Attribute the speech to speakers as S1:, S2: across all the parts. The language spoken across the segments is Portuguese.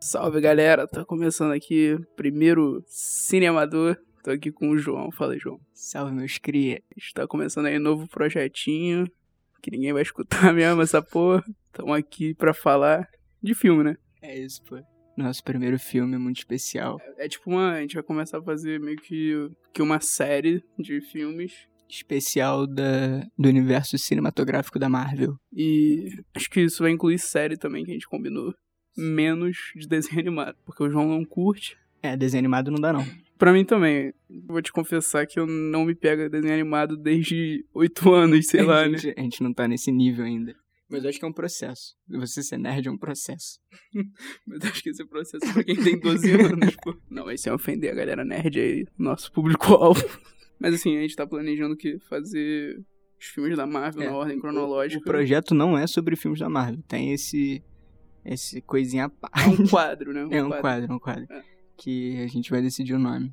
S1: Salve galera, tá começando aqui o primeiro Cinemador. Tô aqui com o João. Fala, aí, João.
S2: Salve, meus cria.
S1: Está começando aí um novo projetinho que ninguém vai escutar mesmo essa porra. Estamos aqui pra falar de filme, né?
S2: É isso, pô. Nosso primeiro filme é muito especial.
S1: É tipo uma. A gente vai começar a fazer meio que, que uma série de filmes.
S2: Especial da, do universo cinematográfico da Marvel.
S1: E acho que isso vai incluir série também que a gente combinou. Menos de desenho animado, porque o João não curte.
S2: É, desenho animado não dá, não.
S1: Pra mim também. Vou te confessar que eu não me pego desenho animado desde oito anos, sei lá,
S2: a,
S1: né?
S2: gente, a gente não tá nesse nível ainda. Mas eu acho que é um processo. Você ser nerd é um processo.
S1: Mas acho que esse processo é pra quem tem 12 anos, pô. Não, isso é ofender a galera nerd aí, nosso público-alvo. Mas assim, a gente tá planejando que fazer os filmes da Marvel
S2: É,
S1: na ordem
S2: O
S1: cronológica.
S2: projeto não é sobre filmes da Marvel. Tem esse. Esse coisinha à
S1: É
S2: parte.
S1: um quadro, né?
S2: É um quadro, um quadro.
S1: É.
S2: Que a gente vai decidir o nome.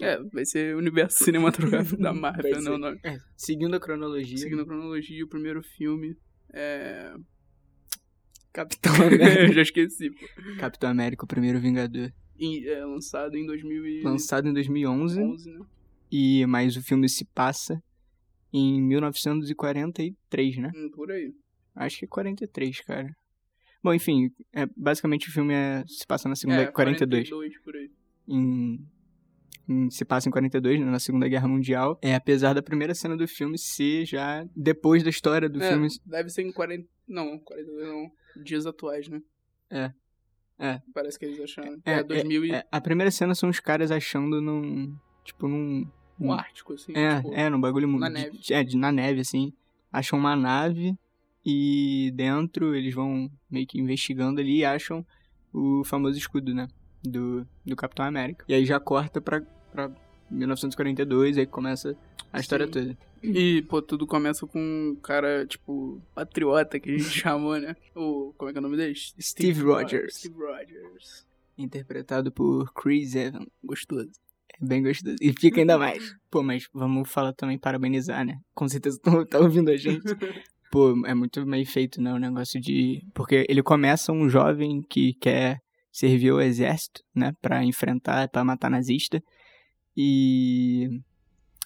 S1: É, vai ser o universo cinematográfico da
S2: Vai
S1: Marvel,
S2: ser.
S1: não o nome.
S2: É, seguindo a cronologia.
S1: Seguindo a cronologia, o primeiro filme é.
S2: Capitão
S1: Eu
S2: América.
S1: já esqueci. pô.
S2: Capitão América, o primeiro Vingador.
S1: E, é, lançado em 2011,
S2: Lançado em 2011.
S1: né?
S2: E mas o filme se passa em 1943, né?
S1: Hum, Por aí.
S2: Acho que é 43, cara. Bom, enfim, é, basicamente o filme é, se passa na Segunda
S1: é,
S2: 42.
S1: 42 por aí.
S2: Em, em- se passa em 42, né, na Segunda Guerra Mundial. É, apesar da primeira cena do filme ser já depois da história do
S1: É,
S2: filme.
S1: Deve ser em 40. Não, 42 não. Dias atuais, né?
S2: É. É.
S1: Parece que eles acharam.
S2: É,
S1: É, 2000 e.
S2: É, a primeira cena são os caras achando num, tipo num,
S1: um Ártico, assim.
S2: É,
S1: tipo,
S2: é, num bagulho mu-
S1: na
S2: de-
S1: neve.
S2: de- é, de- na neve, assim. Acham uma nave e dentro eles vão meio que investigando ali e acham o famoso escudo, né? Do, do Capitão América. E aí já corta pra, pra 1942, aí começa a história
S1: Sim.
S2: toda.
S1: E, pô, tudo começa com um cara, tipo, patriota que a gente chamou, né? O. Como é que é o nome dele? Steve,
S2: Rogers.
S1: Steve Rogers.
S2: Interpretado por Chris Evans.
S1: Gostoso.
S2: É bem gostoso. E fica ainda mais. Pô, mas vamos falar também, parabenizar, né? Com certeza tu tá ouvindo a gente. Pô, é muito bem feito, né? O negócio de. Porque ele começa um jovem que quer servir ao exército, né? Pra enfrentar, pra matar nazista. E.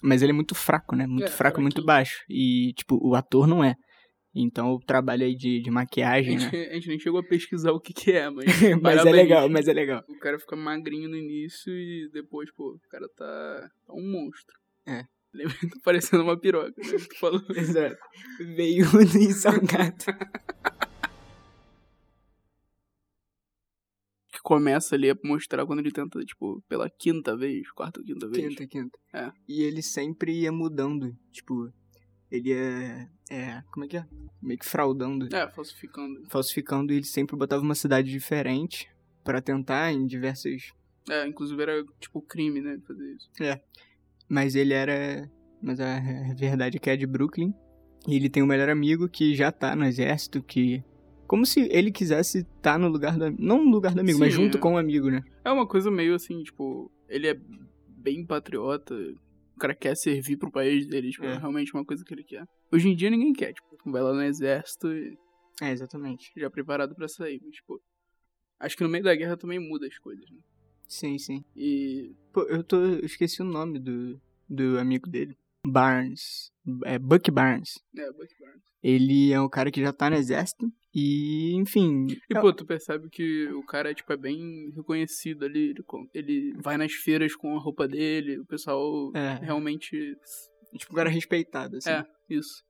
S2: Mas ele é muito fraco, né? Muito
S1: É,
S2: fraco, muito
S1: fraquinho.
S2: baixo. E, tipo, o ator não é. Então o trabalho aí de, de
S1: A
S2: maquiagem, né?
S1: gente, a gente nem chegou a pesquisar o que que é, mas.
S2: mas é
S1: Parabéns.
S2: legal, mas é legal.
S1: O cara fica magrinho no início e depois, pô, o cara tá, tá um monstro.
S2: É.
S1: Lembra? Tá parecendo uma piroca, né? Tu falou.
S2: Exato. Veiudo e salgado.
S1: que começa ali a mostrar quando ele tenta, tipo, pela quinta vez, quarta ou quinta vez.
S2: Quinta, quinta.
S1: É.
S2: E ele sempre ia mudando. Tipo, ele é. É. Como é que é? Meio que fraudando.
S1: É, falsificando.
S2: Falsificando, e ele sempre botava uma cidade diferente pra tentar em diversas.
S1: É, inclusive era, tipo, crime, né, fazer isso.
S2: Mas ele era. Mas a a verdade é que é de Brooklyn. E ele tem um melhor amigo que já tá no exército, que. Como se ele quisesse estar no lugar do. Não no lugar do amigo, mas
S1: Sim,
S2: junto
S1: é.
S2: com o amigo, né?
S1: É uma coisa meio assim, tipo, ele é bem patriota, o cara quer servir pro país dele, tipo, é,
S2: É.
S1: realmente uma coisa que ele quer. Hoje em dia ninguém quer, tipo, tu vai lá no exército e
S2: É, exatamente.
S1: já preparado pra sair, mas, tipo, acho que no meio da guerra também muda as coisas, né?
S2: Sim, sim.
S1: E
S2: Pô, eu tô. Eu esqueci o nome do, do amigo dele. Barnes. É Buck Barnes.
S1: é, Buck Barnes.
S2: Ele é um cara que já tá no exército. E, enfim. é
S1: E, pô, tu percebe que o cara, tipo, é bem reconhecido ali. Ele, com- ele vai nas feiras com a roupa dele, o pessoal
S2: é,
S1: realmente...
S2: tipo, um cara respeitado, assim.
S1: É, isso.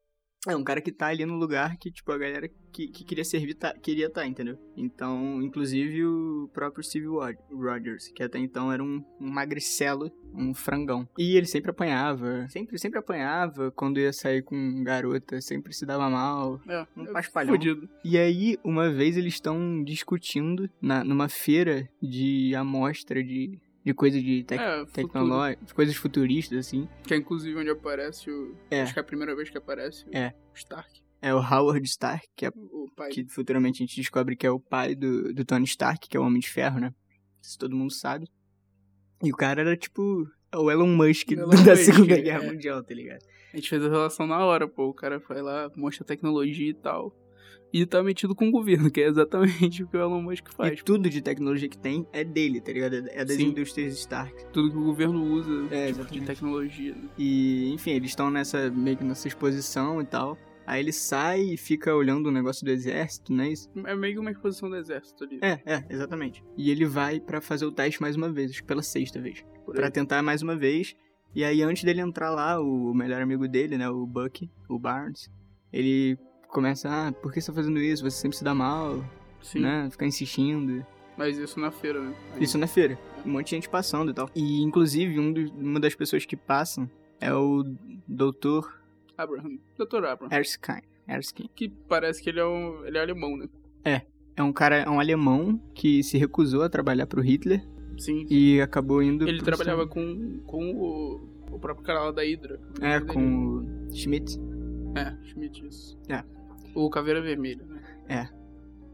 S2: É, um cara que tá ali no lugar que, tipo, a galera que, que queria servir tá- queria tá, entendeu? Então, inclusive o próprio Steve Rod- Rogers, que até então era um, um magricelo, um frangão. E ele sempre apanhava, sempre, sempre apanhava quando ia sair com garota, sempre se dava mal.
S1: É,
S2: Um
S1: é
S2: paspalhão.
S1: Fudido.
S2: E aí, uma vez eles estão discutindo na, numa feira de amostra de, de coisa de tec
S1: É, futuro.
S2: tecnológica, coisas futuristas, assim.
S1: Que é, inclusive, onde aparece o...
S2: É.
S1: Acho que é a primeira vez que aparece o
S2: É.
S1: Stark.
S2: É o Howard Stark, que, é,
S1: O pai.
S2: que futuramente a gente descobre que é o pai do, do Tony Stark, que é o Homem de Ferro, né? Isso todo mundo sabe. E o cara era tipo é o Elon Musk
S1: Elon
S2: da
S1: Musk,
S2: Segunda Guerra
S1: é.
S2: Mundial, tá ligado?
S1: A gente fez a relação na hora, pô. O cara foi lá, mostra a tecnologia e tal. e tá metido com o governo, que é exatamente o que o Elon Musk faz.
S2: E tudo de tecnologia que tem é dele, tá ligado? É das
S1: Sim.
S2: indústrias Stark.
S1: Tudo que o governo usa tipo,
S2: É,
S1: de
S2: exatamente.
S1: tecnologia. né?
S2: E, enfim, eles estão nessa, meio que nessa exposição e tal. Aí ele sai e fica olhando o negócio do exército, não é isso?
S1: É meio que uma exposição do exército ali.
S2: É, é, exatamente. E ele vai pra fazer o teste mais uma vez, acho que pela sexta vez.
S1: por aí.
S2: Pra tentar mais uma vez. E aí, antes dele entrar lá, o melhor amigo dele, né, o Buck, o Barnes, ele começa, ah, por que você tá fazendo isso? Você sempre se dá mal,
S1: Sim,
S2: né? Ficar insistindo.
S1: mas isso na feira, né? Aí-
S2: Isso na feira. Um monte de gente passando e tal. E, inclusive, um dos- uma das pessoas que passam é o Dr.
S1: Abraham. Dr. Abraham.
S2: Erskine. Erskine.
S1: Que parece que ele é, um, ele é alemão, né?
S2: É um cara, é um alemão que se recusou a trabalhar pro Hitler
S1: Sim.
S2: e acabou indo...
S1: Ele
S2: pro-
S1: trabalhava com, com o, o próprio cara lá da Hydra.
S2: É, com o Schmidt.
S1: É, Schmidt, isso.
S2: É.
S1: O Caveira Vermelha, né?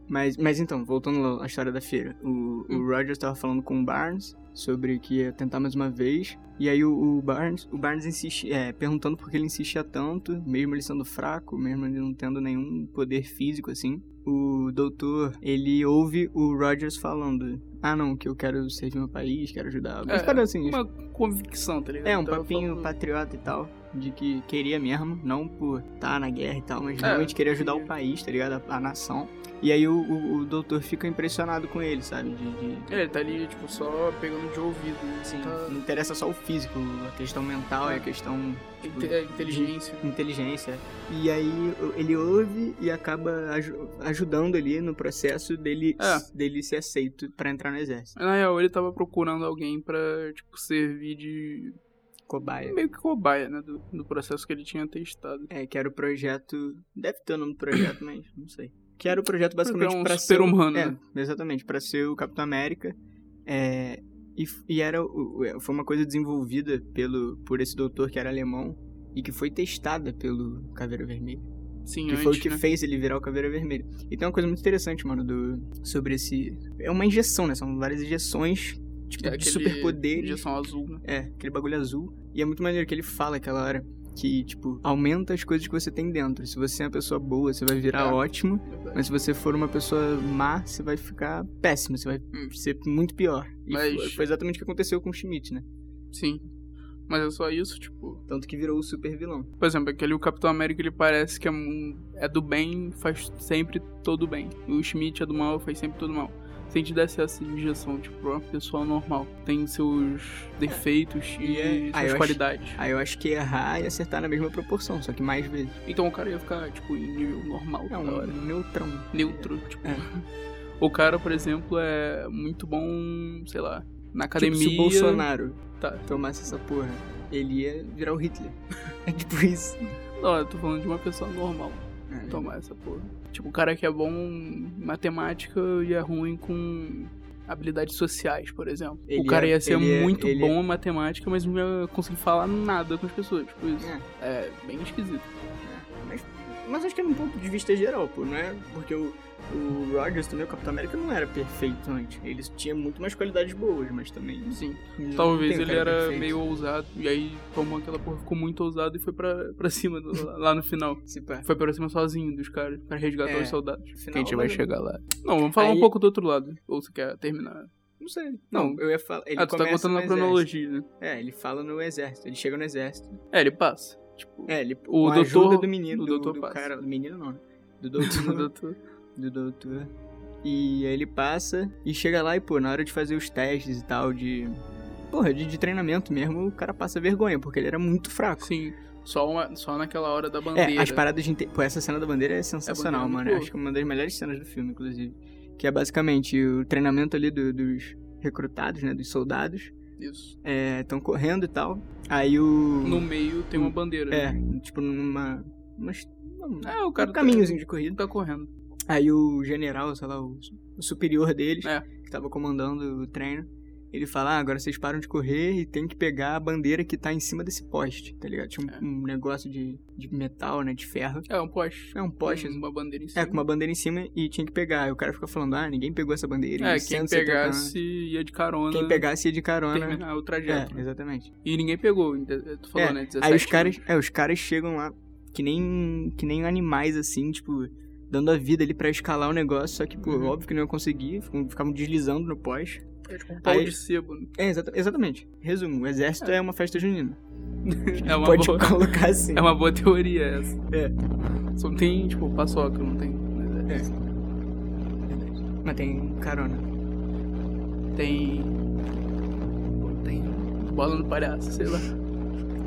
S2: Mas, mas então, voltando lá à história da feira, o, o
S1: Hum.
S2: Rogers estava falando com o Barnes sobre que ia tentar mais uma vez. E aí o, o Barnes, o Barnes insiste, é, perguntando por que ele insistia tanto, mesmo ele sendo fraco, mesmo ele não tendo nenhum poder físico assim. O doutor, ele ouve o Rogers falando: Ah, não, que eu quero servir meu país, quero ajudar. Mas,
S1: É,
S2: cara, assim,
S1: Uma convicção, tá ligado?
S2: é um
S1: Tava
S2: papinho
S1: falando-
S2: patriota e tal. De que queria mesmo, não por tá na guerra e tal, mas
S1: É,
S2: realmente queria ajudar
S1: queria.
S2: o país, tá ligado? A, a nação. E aí o, o, o doutor fica impressionado com ele, sabe? De, de-
S1: É, ele tá ali, tipo, só pegando de ouvido. né?
S2: assim,
S1: Tá- É.
S2: não interessa só o físico, a questão mental e a questão
S1: inte- é, inteligência.
S2: inteligência. E aí o- ele ouve e acaba aju- ajudando ali no processo dele,
S1: É.
S2: dele ser aceito pra entrar no exército.
S1: Na real, ele tava procurando alguém pra, tipo, servir de.
S2: Cobaia.
S1: meio que cobaia, né? Do, do processo que ele tinha testado.
S2: É, que era o projeto. Deve ter o nome do projeto, mas não sei. Que era o projeto basicamente
S1: É um
S2: pra ser.
S1: super-humano,
S2: É,
S1: né?
S2: exatamente, pra ser o Capitão América. É, e, f- e era, o- o- foi uma coisa desenvolvida pelo, por esse doutor que era alemão e que foi testada pelo Caveira Vermelha.
S1: Sim,
S2: Que
S1: antes,
S2: foi o que
S1: né?
S2: fez ele virar o Caveira Vermelha. E tem uma coisa muito interessante, mano, do, sobre esse. É uma injeção, né? São várias injeções. Tipo,
S1: É
S2: de
S1: aquele-
S2: superpoderes.
S1: Injeção azul, né?
S2: É, aquele bagulho azul. E é muito maneiro que ele fala aquela hora que, tipo, aumenta as coisas que você tem dentro. Se você é uma pessoa boa, você vai virar
S1: É.
S2: ótimo.
S1: Verdade.
S2: Mas se você for uma pessoa má, você vai ficar péssimo. Você vai
S1: Hum.
S2: ser muito pior. E
S1: Mas-
S2: foi, foi exatamente o que aconteceu com o Schmidt, né?
S1: Sim. Mas é só isso, tipo.
S2: Tanto que virou o super vilão.
S1: Por exemplo, aquele o Capitão América ele parece que é, um- é do bem, faz sempre todo bem. E o Schmidt é do mal, faz sempre todo mal. Se a gente desse essa injeção, tipo, pra uma pessoa normal, tem seus defeitos e,
S2: E é- Ah, eu
S1: suas
S2: acho-
S1: qualidades.
S2: Aí eu acho que errar e acertar na mesma proporção, só que mais vezes.
S1: Então o cara ia ficar, tipo, em nível normal,
S2: ah. É
S1: da hora.
S2: um neutrão.
S1: neutro, tipo.
S2: É.
S1: O cara, por exemplo, é muito bom, sei lá, na
S2: Tipo,
S1: academia.
S2: se o Bolsonaro
S1: Tá.
S2: tomasse essa porra, ele ia virar o Hitler. É tipo isso.
S1: Não, eu tô falando de uma pessoa normal tomar essa porra. Tipo, o cara que é bom em matemática e é ruim com habilidades sociais, por exemplo.
S2: Ele
S1: o cara
S2: é-
S1: ia ser
S2: ele é-
S1: muito
S2: ele é-
S1: bom em matemática, mas não ia conseguir falar nada com as pessoas. Tipo, isso
S2: É.
S1: é, bem esquisito.
S2: Mas acho que é um ponto de vista geral, pô, não é? Porque o, o Rogers também, o Capitão América, não era perfeito antes. Ele tinha muito mais qualidades boas, mas também.
S1: Sim.
S2: não
S1: Talvez
S2: tem um
S1: ele
S2: cara
S1: era
S2: perfeito.
S1: meio ousado, e aí tomou aquela porra, ficou muito ousado e foi pra, pra cima do- lá no final.
S2: Se pá.
S1: Foi pra cima sozinho dos caras, pra resgatar
S2: É,
S1: os soldados.
S2: final,
S1: que a gente vai
S2: mas- é
S1: chegar lá. Não, vamos falar um
S2: Aí-
S1: pouco do outro lado. Ou você quer terminar?
S2: Não sei. Não,
S1: Não.
S2: eu ia falar. Ele
S1: ah, tu tá
S2: começa é
S1: contando
S2: no
S1: na cronologia, né?
S2: exército. É, ele fala no exército. Ele chega no exército.
S1: É, ele passa. Tipo,
S2: É, ele.
S1: O
S2: com a
S1: doutor-
S2: ajuda do menino.
S1: o
S2: do,
S1: doutor
S2: do
S1: passa.
S2: cara. Do menino não, né? Do
S1: o
S2: doutor.
S1: doutor-
S2: do doutor. E aí ele passa e chega lá e, pô, na hora de fazer os testes e tal, de. Porra, de, de treinamento mesmo, o cara passa vergonha, porque ele era muito fraco.
S1: Sim, só, uma- só naquela hora da
S2: É,
S1: bandeira.
S2: as paradas de. inte- Pô, essa cena da bandeira é sensacional,
S1: É, a bandeira é muito
S2: mano.
S1: boa.
S2: Acho que é uma das melhores cenas do filme, inclusive. Que é basicamente o treinamento ali do- dos recrutados, né? Dos soldados.
S1: Isso.
S2: Estão correndo e tal. Aí o.
S1: No meio tem uma bandeira. né?
S2: É, tipo numa. Uma, um
S1: É, o cara tá-
S2: caminhozinho de corrida.
S1: tá correndo.
S2: Aí o general, sei lá, o, o superior deles,
S1: É.
S2: que tava comandando o treino, ele fala: ah, agora vocês param de correr e tem que pegar a bandeira que tá em cima desse poste, tá ligado? Tinha um,
S1: É.
S2: um negócio de, de metal, né? De ferro.
S1: É, um poste.
S2: É um poste.
S1: Com uma bandeira em cima.
S2: É, com uma bandeira em cima e tinha que pegar. Aí o cara fica falando, ah, ninguém pegou essa bandeira.
S1: É,
S2: e
S1: quem
S2: 170 anos.
S1: pegasse ia de carona.
S2: né? Quem pegasse ia de carona.
S1: Terminar o trajeto.
S2: É,
S1: né?
S2: exatamente.
S1: E ninguém pegou, ainda- tu falou,
S2: É,
S1: né? 17
S2: Aí os caras, é, os caras chegam lá que nem, que nem animais, assim, tipo, dando a vida ali pra escalar o negócio, só que, pô,
S1: Uhum.
S2: óbvio que não ia conseguir, ficam- ficavam deslizando no pós.
S1: É tipo um pau
S2: Aí-
S1: de sebo. né?
S2: É, exata- exatamente. Resumo, o exército é, uma festa junina.
S1: É uma,
S2: Pode
S1: boa,
S2: colocar assim.
S1: é uma boa teoria essa.
S2: É.
S1: Só tem, tipo, paçoca, não tem. né? um
S2: Mas tem carona. É.
S1: Tem. Pô, Tem. Bola no palhaço, sei lá.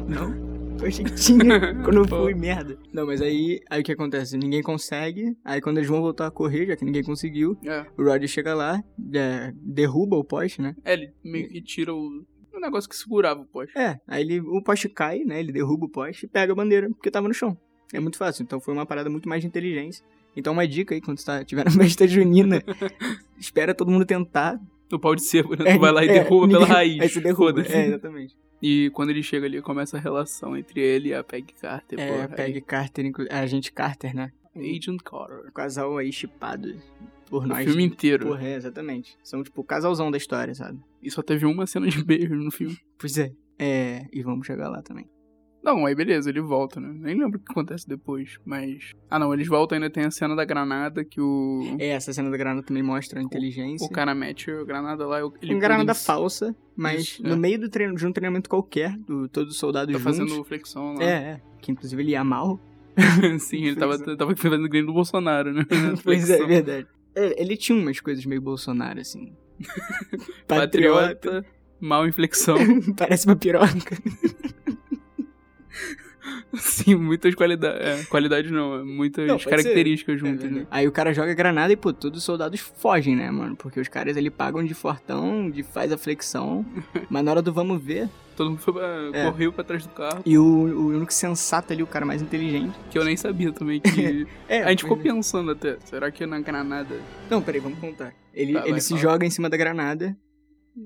S2: Não? Eu achei que tinha quando eu
S1: Pô.
S2: fui, merda. Não, mas aí, aí o que acontece? Ninguém consegue, aí quando eles vão voltar a correr, já que ninguém conseguiu,
S1: É.
S2: o Roger chega lá, é, derruba o poste, né?
S1: É, ele meio que tira o. O negócio que segurava o poste.
S2: É, aí ele, o poste cai, né? Ele derruba o poste e pega a bandeira, porque tava no chão. É muito fácil, então foi uma parada muito mais de inteligência. Então uma dica aí, quando você tá, tiver na festa junina, espera todo mundo tentar.
S1: O pau de sebo, né?
S2: É,
S1: tu vai lá e
S2: é,
S1: derruba pela
S2: ninguém-
S1: raiz.
S2: Aí você derruba,
S1: Foda-se.
S2: é, exatamente.
S1: E quando ele chega ali, começa a relação entre ele e a Peg Carter.
S2: É,
S1: porra.
S2: Peg Carter, inclu... a gente Carter, né?
S1: Aí, Agent Carter.
S2: O casal aí chipado por
S1: O
S2: nós.
S1: filme inteiro.
S2: Porra, é, exatamente. São tipo o casalzão da história, sabe?
S1: E só teve uma cena de beijo no filme.
S2: Pois é. É, e vamos chegar lá também.
S1: Não, aí beleza, ele volta, né? Nem lembro o que acontece depois, mas. Ah não, eles voltam ainda tem a cena da granada que o.
S2: É, essa cena da granada também mostra a inteligência.
S1: O cara mete a granada lá. Ele,
S2: Uma Um granada
S1: ele
S2: falsa, mas
S1: Isso,
S2: no
S1: é.
S2: meio do treino, de um treinamento qualquer, do todos os soldados
S1: Tá
S2: juntos.
S1: fazendo flexão lá.
S2: É, é. Que inclusive ele ia mal.
S1: Sim, ele tava, tava fazendo grande do Bolsonaro, né?
S2: pois é, é
S1: Flexão.
S2: verdade. É, ele tinha umas coisas meio Bolsonaro, assim.
S1: Patriota, mal inflexão.
S2: Parece uma piroca.
S1: Sim, muitas qualidades. É, qualidades não, é, muitas
S2: Não, pode
S1: características
S2: É
S1: juntas, né?
S2: verdade. Aí o cara joga granada e, pô, todos os soldados fogem, né, mano? Porque os caras ali pagam de fortão, de faz a flexão. mas na hora do vamos ver.
S1: Todo mundo foi pra-
S2: É.
S1: correu pra trás do carro,
S2: E o, o único sensato ali, o cara mais inteligente.
S1: que eu nem sabia também que.
S2: É,
S1: a gente ficou pensando até, será que na granada.
S2: Não, peraí, vamos contar. Ele,
S1: Tá,
S2: ele
S1: vai,
S2: se
S1: fala.
S2: joga em cima da granada.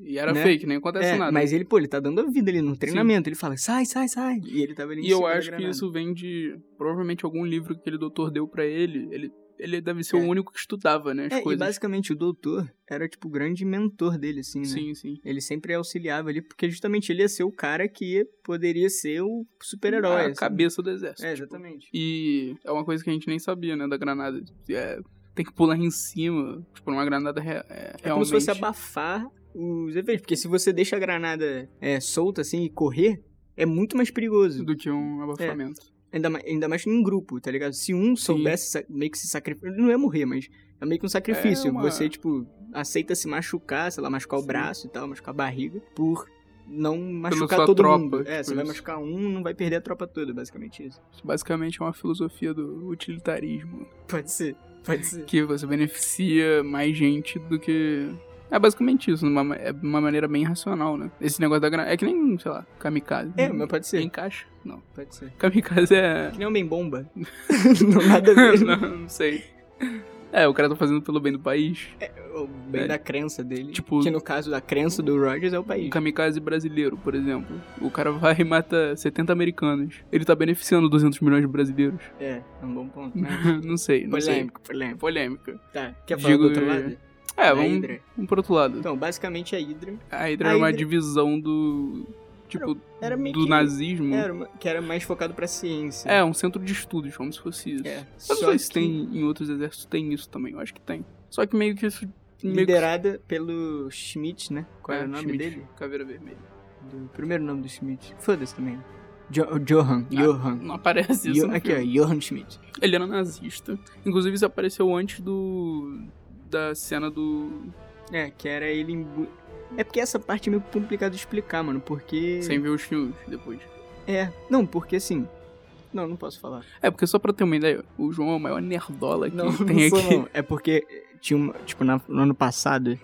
S1: E era
S2: Né?
S1: fake, nem acontece
S2: É,
S1: nada.
S2: mas ele, pô, ele tá dando a vida ali no treinamento. Ele fala, sai, sai, sai. E ele tava ali em
S1: E
S2: cima
S1: eu
S2: da
S1: acho que
S2: é granada.
S1: isso vem de provavelmente algum livro que aquele doutor deu pra ele. Ele, ele deve ser
S2: É.
S1: o único que estudava, né? As
S2: É, e
S1: coisas.
S2: basicamente o doutor era, tipo, o grande mentor dele, assim, né?
S1: Sim, sim.
S2: Ele sempre auxiliava ali, porque justamente ele ia ser o cara que poderia ser o super-herói.
S1: a
S2: assim.
S1: Ah, cabeça do exército.
S2: É,
S1: tipo.
S2: exatamente.
S1: E é uma coisa que a gente nem sabia, né? Da granada. É, tem que pular em cima. Tipo, uma granada re, é,
S2: É como
S1: realmente.
S2: se fosse abafar os efeitos. Porque se você deixa a granada é, solta assim e correr, é muito mais perigoso.
S1: do que um abafamento.
S2: Ainda, ma- ainda mais em grupo, tá ligado? Se um soubesse sa- meio que se sacrificar. Não é morrer, mas é meio que um sacrifício.
S1: É uma-
S2: Você, tipo, aceita se machucar, sei lá, machucar o
S1: Sim.
S2: braço e tal, machucar a barriga, por não
S1: sua
S2: machucar todo
S1: tropa,
S2: mundo. É,
S1: tipo
S2: você vai
S1: isso.
S2: machucar um, não vai perder a tropa toda, basicamente isso.
S1: Isso Basicamente é uma filosofia do utilitarismo.
S2: Pode ser, pode ser.
S1: Que você beneficia mais gente do que. É basicamente isso, numa, ma- é de uma maneira bem racional, né? Esse negócio da granada. É que nem, sei lá, kamikaze.
S2: É, mas pode ser.
S1: Encaixa? Não.
S2: Pode ser.
S1: Kamikaze é.
S2: Que nem homem bomba. não, nada a ver.
S1: não, não sei. É, o cara tá fazendo pelo bem do país.
S2: O bem
S1: É.
S2: da crença dele.
S1: Tipo-
S2: que no caso da crença do Rogers é o
S1: Um
S2: país.
S1: kamikaze brasileiro, por exemplo. O cara vai e mata 70 americanos. Ele tá beneficiando 200 milhões de brasileiros.
S2: É, é um bom ponto, né?
S1: não sei, não sei.
S2: polêmico, polêmico.
S1: Polêmica.
S2: Tá, quer falar
S1: Digo-
S2: do outro lado?
S1: É,
S2: Da
S1: vamos,
S2: Hydra.
S1: vamos pro outro lado.
S2: Então, basicamente a Hydra
S1: A Hydra
S2: a
S1: era uma
S2: Hydra-
S1: divisão do. Tipo,
S2: era meio
S1: do
S2: que-
S1: nazismo.
S2: era uma- que era mais focado pra ciência.
S1: É, um centro de estudos, como se fosse isso.
S2: É,
S1: Eu não
S2: Só
S1: sei se
S2: que
S1: tem em outros exércitos, tem isso também, eu acho que tem. Só que meio que isso. Meio que-
S2: liderada pelo Schmidt, né? Qual
S1: É,
S2: era o nome
S1: Schmidt,
S2: dele?
S1: Caveira vermelha.
S2: Do primeiro nome do Schmidt. Foda-se também. né? Jo Johan,
S1: Ah,
S2: Johan.
S1: Não aparece isso.
S2: Jo-
S1: no
S2: aqui,
S1: filme.
S2: ó, Johan Schmidt.
S1: Ele era um nazista. Inclusive, isso apareceu antes do. da cena do.
S2: É, que era ele... embu- É porque essa parte é meio complicado de explicar, mano, porque...
S1: Sem ver os filmes depois.
S2: É, não, porque assim... Não, não posso falar.
S1: É, porque só pra ter uma ideia, o João é o maior nerdola que
S2: Não,
S1: tem
S2: não sou,
S1: aqui.
S2: não. É porque tinha uma, tipo, na- no ano passado,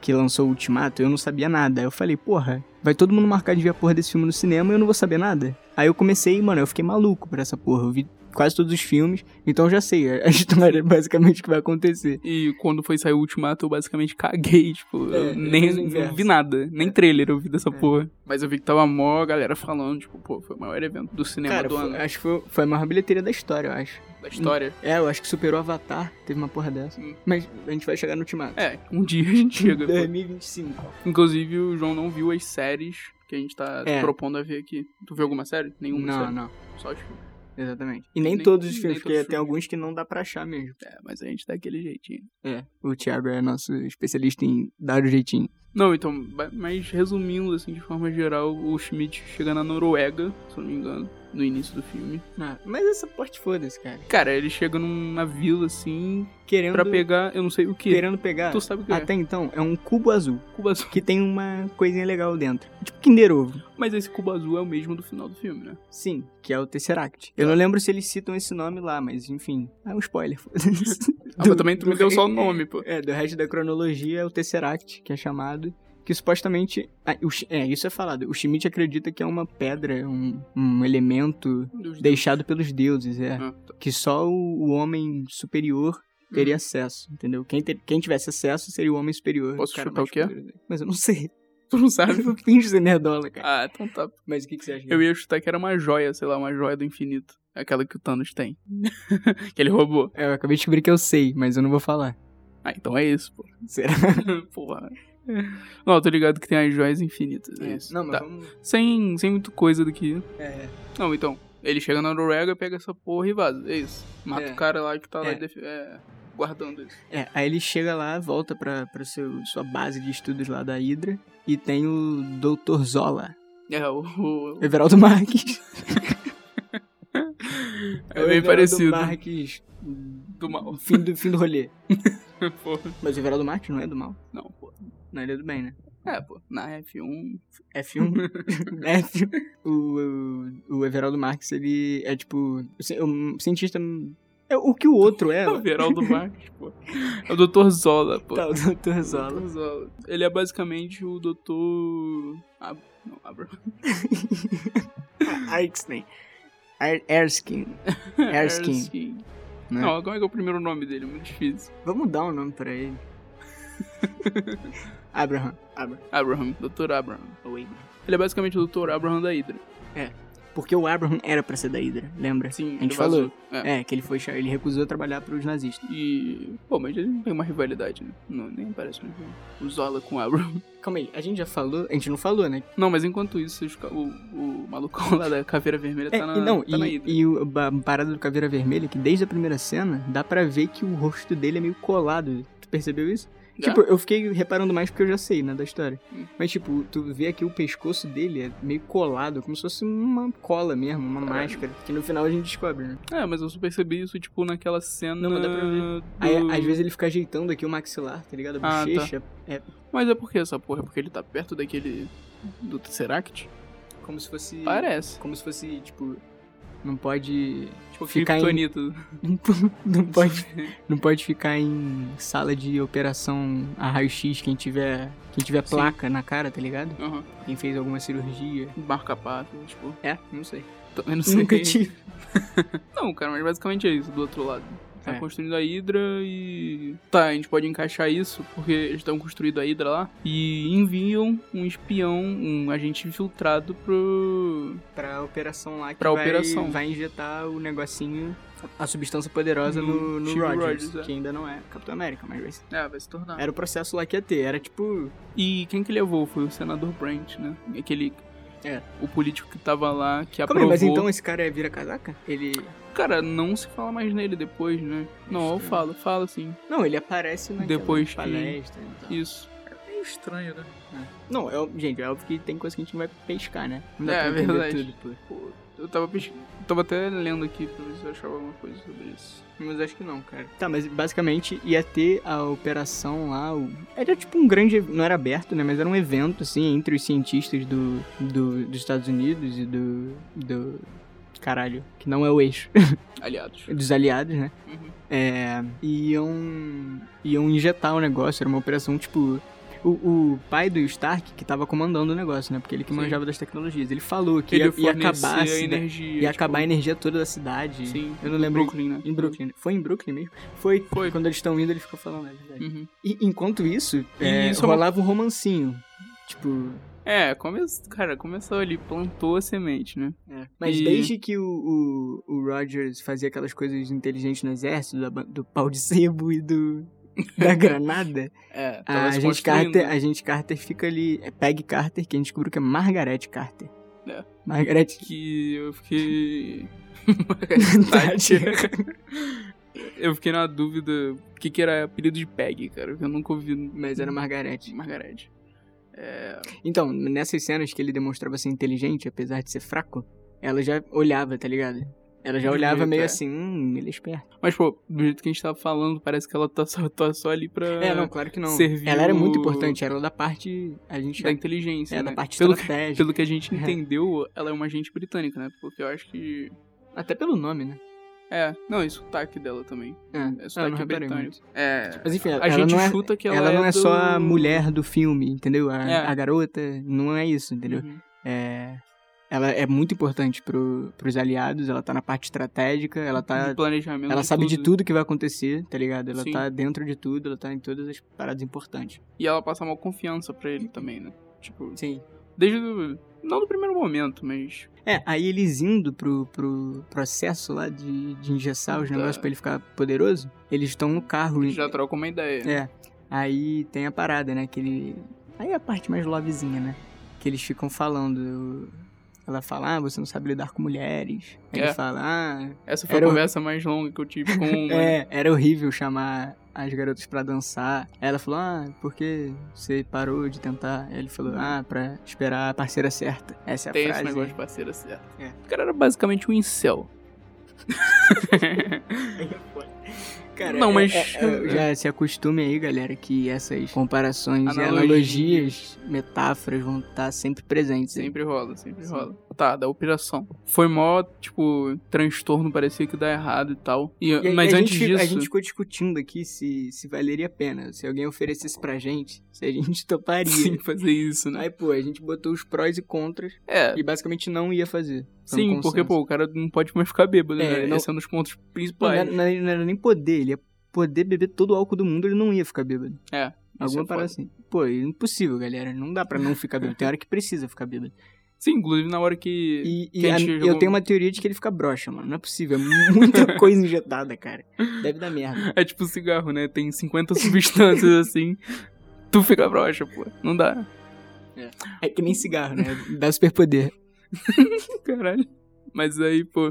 S2: que lançou o Ultimato, eu não sabia nada. Aí eu falei, porra, vai todo mundo marcar de ver a porra desse filme no cinema e eu não vou saber nada. Aí eu comecei, mano, eu fiquei maluco por essa porra. Eu vi quase todos os filmes, então eu já sei a a história basicamente que vai acontecer.
S1: E quando foi sair o Ultimato, eu basicamente caguei, tipo,
S2: É,
S1: eu
S2: eu
S1: nem
S2: fiz o
S1: não
S2: inverso.
S1: vi nada, nem
S2: É.
S1: trailer eu vi dessa
S2: É.
S1: porra. Mas eu vi que tava mó galera falando, tipo, pô, foi o maior evento do cinema
S2: Cara,
S1: do
S2: foi-
S1: ano,
S2: acho que foi, foi a maior bilheteria da história, eu acho.
S1: da história.
S2: É, eu acho que superou Avatar, teve uma porra dessa.
S1: Hum.
S2: Mas a gente vai chegar no Ultimato.
S1: É, um dia a gente chega.
S2: É.
S1: pô.
S2: 2025.
S1: Inclusive, o João não viu as séries que a gente tá
S2: É.
S1: propondo a ver aqui. Tu viu alguma série? Nenhuma
S2: Não,
S1: série?
S2: não.
S1: Só os filmes.
S2: Exatamente. E nem,
S1: um Nem-
S2: todos os
S1: nem
S2: filmes,
S1: todos
S2: porque
S1: os
S2: tem
S1: filmes.
S2: alguns que não dá pra achar mesmo.
S1: É, mas a gente dá aquele jeitinho.
S2: É, o Thiago é nosso especialista em dar o jeitinho.
S1: Não, então, ba- mas resumindo, assim, de forma geral, o Schmidt chega na Noruega, se eu não me engano, no início do filme.
S2: Ah, mas essa parte foda-se, cara.
S1: Cara, ele chega numa vila, assim,
S2: Querendo,
S1: pra pegar, eu não sei o que.
S2: querendo pegar,
S1: Tu sabe o que é.
S2: até então, é um cubo azul,
S1: Cubo azul.
S2: que tem uma coisinha legal dentro. Tipo Kinder Ovo.
S1: Mas esse cubo azul é o mesmo do final do filme, né?
S2: Sim, que é o Tesseract. Eu não lembro se eles citam esse nome lá, mas enfim, é um spoiler. foda-se.
S1: Ah,
S2: Do-
S1: mas também tu
S2: do
S1: me deu
S2: rei-
S1: só o nome, pô.
S2: É, do resto da cronologia é o Tesseract, que é chamado. Que supostamente. ah, o Sch- é, isso é falado. O Schmidt acredita que é uma pedra, um, um elemento
S1: Dos-
S2: deixado pelos deuses, é.
S1: Ah,
S2: Que só o, o homem superior teria
S1: Uhum.
S2: acesso, entendeu? Quem, ter- quem tivesse acesso seria o homem superior.
S1: Posso
S2: o cara
S1: chutar
S2: mais
S1: o que é?
S2: poderoso. Mas eu não sei.
S1: Tu não sabe?
S2: Eu finjo ser nerdola, cara.
S1: ah, então tá.
S2: Mas o que, que você acha?
S1: Eu ia chutar que era uma joia, sei lá, uma joia do infinito. Aquela que o Thanos tem. que ele roubou.
S2: É, eu acabei de descobrir que eu sei, mas eu não vou falar.
S1: Ah, então é isso, pô.
S2: Será?
S1: Porra. Não, eu tô ligado que tem as joias infinitas. É isso.
S2: Não, mas
S1: Tá.
S2: vamos...
S1: Sem, sem muito coisa do que.
S2: É,
S1: Não, então. Ele chega na Noruega, pega essa porra e vaza. É isso. Mata
S2: É.
S1: o cara lá que tá lá
S2: É.
S1: def- é, guardando isso.
S2: É, aí ele chega lá, volta pra, pra seu, sua base de estudos lá da Hydra e tem o Dr. Zola,
S1: É, o. o-
S2: Everaldo Marques.
S1: É bem parecido.
S2: Marques,
S1: Do mal.
S2: fim do, fim do rolê.
S1: Porra.
S2: Mas o Everaldo Marques não é do mal,
S1: Não, pô.
S2: não, ele é do bem, né?
S1: É, pô. Na F1.
S2: F1, F1. É, O, o, o Everaldo Marques, ele é tipo, ci- um cientista... É o que o outro é.
S1: É o Veraldo Marques, pô. É o Dr. Zola, pô.
S2: Tá, o Dr. Zola.
S1: Dr. Zola. Ele é basicamente o Dr. Ab... Não, Abra.
S2: Erskine. Er- Erskine. Erskine.
S1: Erskine.
S2: né?
S1: Não, como é que é o primeiro nome dele? Muito difícil.
S2: Vamos dar um nome pra ele. Abraham. Abraham.
S1: Abraham. Dr. Abraham. Ou Abraham. Ele é basicamente o Dr. Abraham da Hydra.
S2: Porque o Abraham era pra ser da Hydra, lembra?
S1: Sim,
S2: a gente falou. É, que ele foi cha- ele recusou trabalhar pros nazistas.
S1: E. Pô, mas ele não tem uma rivalidade, né? Não, nem parece um filme. O Zola com o Abraham.
S2: Calma aí, a gente já falou, a gente não falou, né?
S1: Não, mas enquanto isso, os ca- o, o malucão lá da caveira vermelha
S2: É,
S1: tá na.
S2: e não,
S1: tá na
S2: e,
S1: Hydra.
S2: e o- a parada do Caveira Vermelha, que desde a primeira cena, dá pra ver que o rosto dele é meio colado. Tu percebeu isso?
S1: É?
S2: Tipo, eu fiquei reparando mais porque eu já sei, né, da história.
S1: Hum.
S2: Mas, tipo, tu vê aqui o pescoço dele é meio colado, como se fosse uma cola mesmo, uma
S1: Caralho.
S2: máscara, que no final a gente descobre, né?
S1: É, mas eu só percebi isso, tipo, naquela cena.
S2: Não, mas dá pra ver.
S1: do-
S2: Aí, às vezes ele fica ajeitando aqui o maxilar, tá ligado? A
S1: Ah, tá.
S2: bochecha,
S1: Mas é porque essa porra? Porque ele tá perto daquele. do Tesseract?
S2: como se fosse...
S1: Parece.
S2: Como se fosse, tipo... Não pode...
S1: Tipo,
S2: Ficar em-
S1: Kryptonita.
S2: não pode... Não pode ficar em sala de operação a raio-x quem tiver... Quem tiver
S1: Sim.
S2: placa na cara, tá ligado?
S1: Aham.
S2: Quem fez alguma cirurgia.
S1: Marca pato, tipo.
S2: É, não sei.
S1: Também não sei.
S2: Nunca tive.
S1: Não, cara, mas basicamente é isso do outro lado. Tá
S2: É.
S1: construindo a Hydra e. Tá, a gente pode encaixar isso, porque eles estão construindo a Hydra lá. E enviam um espião, um agente infiltrado pro.
S2: Pra operação lá que
S1: Pra
S2: vai,
S1: operação.
S2: vai injetar o negocinho, a substância poderosa
S1: No
S2: no, no
S1: Steve
S2: Rogers,
S1: Rogers, é.
S2: que ainda não é Capitão América, mas vai ser.
S1: É, vai se tornar.
S2: Era o processo lá que ia ter, era tipo.
S1: E quem que levou foi o senador Brent, né? Aquele.
S2: É.
S1: O político que tava lá, que
S2: Calma aí,
S1: aprovou.
S2: mas então esse cara é vira casaca? Ele.
S1: Cara, não se fala mais nele depois, né? Não, eu
S2: Estranho.
S1: falo, fala sim.
S2: Não, ele aparece na
S1: Depois que-
S2: palestra e tal.
S1: Isso. É meio estranho, né?
S2: Não, é, ó- gente, é óbvio que tem coisa que a gente não vai pescar, né? Não dá
S1: É,
S2: pra
S1: é
S2: entender
S1: verdade.
S2: tudo,
S1: Pô, eu tava pesquisando. Tava até lendo aqui pra ver se eu achava alguma coisa sobre isso.
S2: pô. Mas acho que não, cara. Tá, mas basicamente ia ter a operação lá. o- Era tipo um grande. Não era aberto, né? Mas era um evento, assim, entre os cientistas do, do- dos Estados Unidos e do. do. Caralho, que não é o eixo.
S1: Aliados.
S2: dos aliados, né?
S1: Uhum.
S2: É, iam, iam injetar o negócio, era uma operação tipo. O, o pai do Stark, que tava comandando o negócio, né? Porque ele que
S1: Sim.
S2: manjava das tecnologias. Ele falou que
S1: Ele
S2: ia, ia
S1: fornecia
S2: acabar a cida-
S1: energia. tipo
S2: ia acabar a energia toda da cidade.
S1: Sim,
S2: Eu não lembro.
S1: Brooklyn, né?
S2: Em Brooklyn. Foi em Brooklyn mesmo? Foi.
S1: Foi.
S2: Quando eles estão indo, ele ficou falando, é verdade.
S1: Uhum.
S2: E enquanto isso,
S1: E
S2: é,
S1: isso é uma-
S2: rolava um romancinho. Tipo.
S1: É, come... cara, começou ali, plantou a semente, né?
S2: É, Mas
S1: E-
S2: desde que o, o, o Rogers fazia aquelas coisas inteligentes no exército, da ba- do, pau de sebo e do. da granada,
S1: É, né?
S2: a, gente Carter, a gente Carter fica ali. É Peg Carter, que a gente descobriu que é Margaret Carter.
S1: É.
S2: Margaret
S1: Que eu fiquei.
S2: Thatcher.
S1: eu fiquei na dúvida o que, que era apelido de Peg, cara. porque Eu nunca ouvi.
S2: Mas era Margaret.
S1: Margaret. É,
S2: Então, nessas cenas que ele demonstrava ser inteligente, apesar de ser fraco, ela já olhava, tá ligado? Ela já
S1: De
S2: olhava
S1: jeito,
S2: meio
S1: é.
S2: assim, hum, ele é esperto.
S1: Mas, pô, do jeito que a gente tava falando, parece que ela tá só, tá só ali pra.
S2: É, não, claro que não.
S1: serviu-
S2: Ela era muito importante, era da parte. A gente.
S1: Da inteligência.
S2: é,
S1: né?
S2: da parte
S1: pelo, que,
S2: estratégica.
S1: pelo que a gente
S2: É.
S1: entendeu, ela é uma agente britânica, né? Porque eu acho que.
S2: Até pelo nome, né?
S1: É, não, e sotaque dela também.
S2: É,
S1: É
S2: eu
S1: sotaque
S2: não reparei
S1: britânico. É.
S2: Mas enfim,
S1: A
S2: ela
S1: gente
S2: não é,
S1: chuta que ela,
S2: ela, não é só a
S1: do-
S2: mulher do filme, entendeu? A,
S1: É.
S2: a garota, não é isso, entendeu?
S1: Uhum.
S2: É, ela é muito importante pro, pros aliados, ela tá na parte estratégica, ela tá
S1: Do planejamento.
S2: Ela sabe de tudo que vai acontecer, tá ligado? Ela
S1: Sim.
S2: tá dentro de tudo, ela tá em todas as paradas importantes.
S1: E ela passa mal confiança pra ele também, né? Tipo,
S2: Sim.
S1: desde. o- Não do primeiro momento, mas.
S2: É, aí eles indo pro, pro processo lá de, de engessar os
S1: Tá.
S2: negócios pra ele ficar poderoso, eles estão no carro. e-
S1: Já tá troca uma ideia.
S2: Hum. É. Aí tem a parada, né? Que ele. Aí é a parte mais lovezinha, né? Que eles ficam falando. Ela fala, ah, você não sabe lidar com mulheres. Aí
S1: É.
S2: ele fala, ah,
S1: Essa foi
S2: Era
S1: a
S2: o-
S1: conversa mais longa que eu tive com. Né?
S2: É, era horrível chamar as garotas pra dançar. Aí ela falou, ah, porque você parou de tentar? Aí ele falou, ah, pra esperar a parceira certa. Essa é a
S1: Tem esse
S2: frase.
S1: negócio de parceira certa.
S2: É.
S1: O cara era basicamente um incel.
S2: Cara,
S1: Não,
S2: é-
S1: mas-
S2: é- é- já se acostume aí, galera, que essas comparações
S1: Analogias.
S2: e analogias, metáforas vão estar sempre presentes. aí.
S1: Sempre rola, sempre
S2: Sim.
S1: rola. Tá, da operação. Foi mó, tipo, transtorno, parecia que dá errado e tal. E-
S2: E aí,
S1: mas
S2: a
S1: antes
S2: gente,
S1: disso.
S2: A gente ficou discutindo aqui se, se valeria a pena. Se alguém oferecesse pra gente, se a gente toparia.
S1: Sim, fazer isso, né?
S2: Aí, pô, a gente botou os prós e contras
S1: É.
S2: e basicamente não ia fazer. Foi um
S1: Sim, porque,
S2: consenso.
S1: pô, o cara não pode mais ficar bêbado,
S2: É,
S1: né?
S2: não-
S1: Esse é um dos pontos
S2: Pô, não, é
S1: principais.
S2: era, não era- não era nem poder, ele ia poder beber todo o álcool do mundo, ele não ia ficar bêbado.
S1: É,
S2: Alguma
S1: é
S2: parada assim. Pô, é impossível, galera. Não dá pra não ficar bêbado. Tem hora que precisa ficar bêbado.
S1: Sim, inclusive na hora que.
S2: E, e
S1: Que a
S2: a-
S1: gente um jogou-
S2: eu tenho uma teoria de que ele fica broxa, mano. Não é possível. É muita coisa injetada, cara. Deve dar merda.
S1: É tipo cigarro, né? Tem 50 substâncias assim. Tu fica broxa, pô. Não dá.
S2: É que nem cigarro, né? Dá superpoder.
S1: Caralho. Mas aí, pô.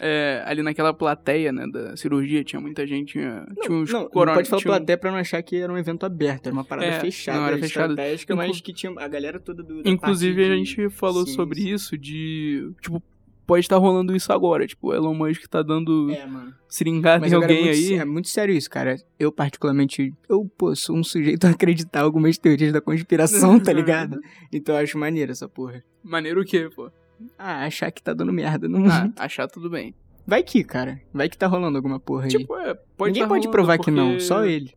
S1: é, ali naquela plateia, né, da cirurgia, tinha muita gente, tinha, tinha uns
S2: não, não
S1: corona-
S2: pode falar
S1: tinha um-
S2: até pra não achar que era um evento aberto. Era uma parada
S1: É,
S2: fechada,
S1: não, era fechado.
S2: estratégica, mas
S1: Inclu-
S2: que tinha a galera toda do... da
S1: Inclusive,
S2: parte
S1: a
S2: de-
S1: gente falou
S2: ciência.
S1: sobre isso de. Tipo, pode estar rolando isso agora. Tipo, o Elon Musk tá dando
S2: É, mano.
S1: seringada
S2: Mas
S1: em
S2: agora é
S1: alguém
S2: muito, sé-
S1: aí.
S2: é muito sério isso, cara. Eu, particularmente, eu, pô, sou um sujeito a acreditar algumas teorias da conspiração, tá ligado? Então eu acho maneiro essa porra.
S1: Maneiro o quê, pô?
S2: Ah, achar que tá dando merda. Não...
S1: Ah, achar tudo bem.
S2: Vai que, cara. Vai que tá rolando alguma porra aí.
S1: Tipo, é, pode
S2: Ninguém
S1: tá
S2: pode
S1: rolando,
S2: provar que não,
S1: porque-
S2: só ele.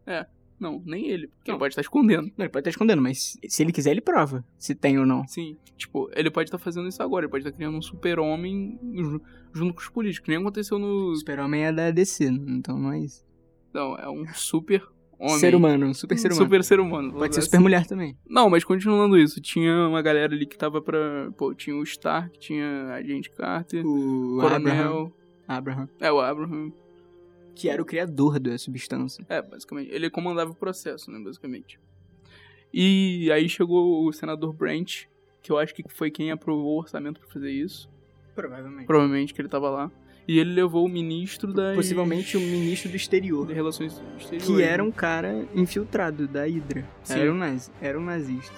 S1: Não, nem ele. Porque ele
S2: Não.
S1: pode estar escondendo.
S2: Não, ele pode estar escondendo, mas se ele quiser, ele prova se tem ou não.
S1: Sim. Tipo, ele pode estar fazendo isso agora. Ele pode estar criando um super-homem ju- junto com os políticos. Que nem aconteceu no.
S2: O Super-Homem é da DC, então não é isso.
S1: Não, é um super-homem.
S2: Ser humano, um super ser humano.
S1: Super assim. ser humano. vou
S2: Pode ser
S1: usar
S2: super-mulher também.
S1: Não, mas continuando isso, tinha uma galera ali que tava pra. Pô, tinha o Stark, tinha a gente Carter,
S2: O
S1: o
S2: Abraham,
S1: Coronel.
S2: Abraham,
S1: É, o Abraham.
S2: que era o criador da substância.
S1: É, basicamente. Ele comandava o processo, né, basicamente. E aí chegou o senador Brent, que eu acho que foi quem aprovou o orçamento pra fazer isso.
S2: Provavelmente.
S1: Provavelmente que ele tava lá. E ele levou o ministro das.
S2: Possivelmente o ministro do
S1: de
S2: exterior.
S1: Relações Exteriores.
S2: que era
S1: né?
S2: um cara infiltrado da Hydra.
S1: Sim.
S2: Era um, nazi, era um nazista.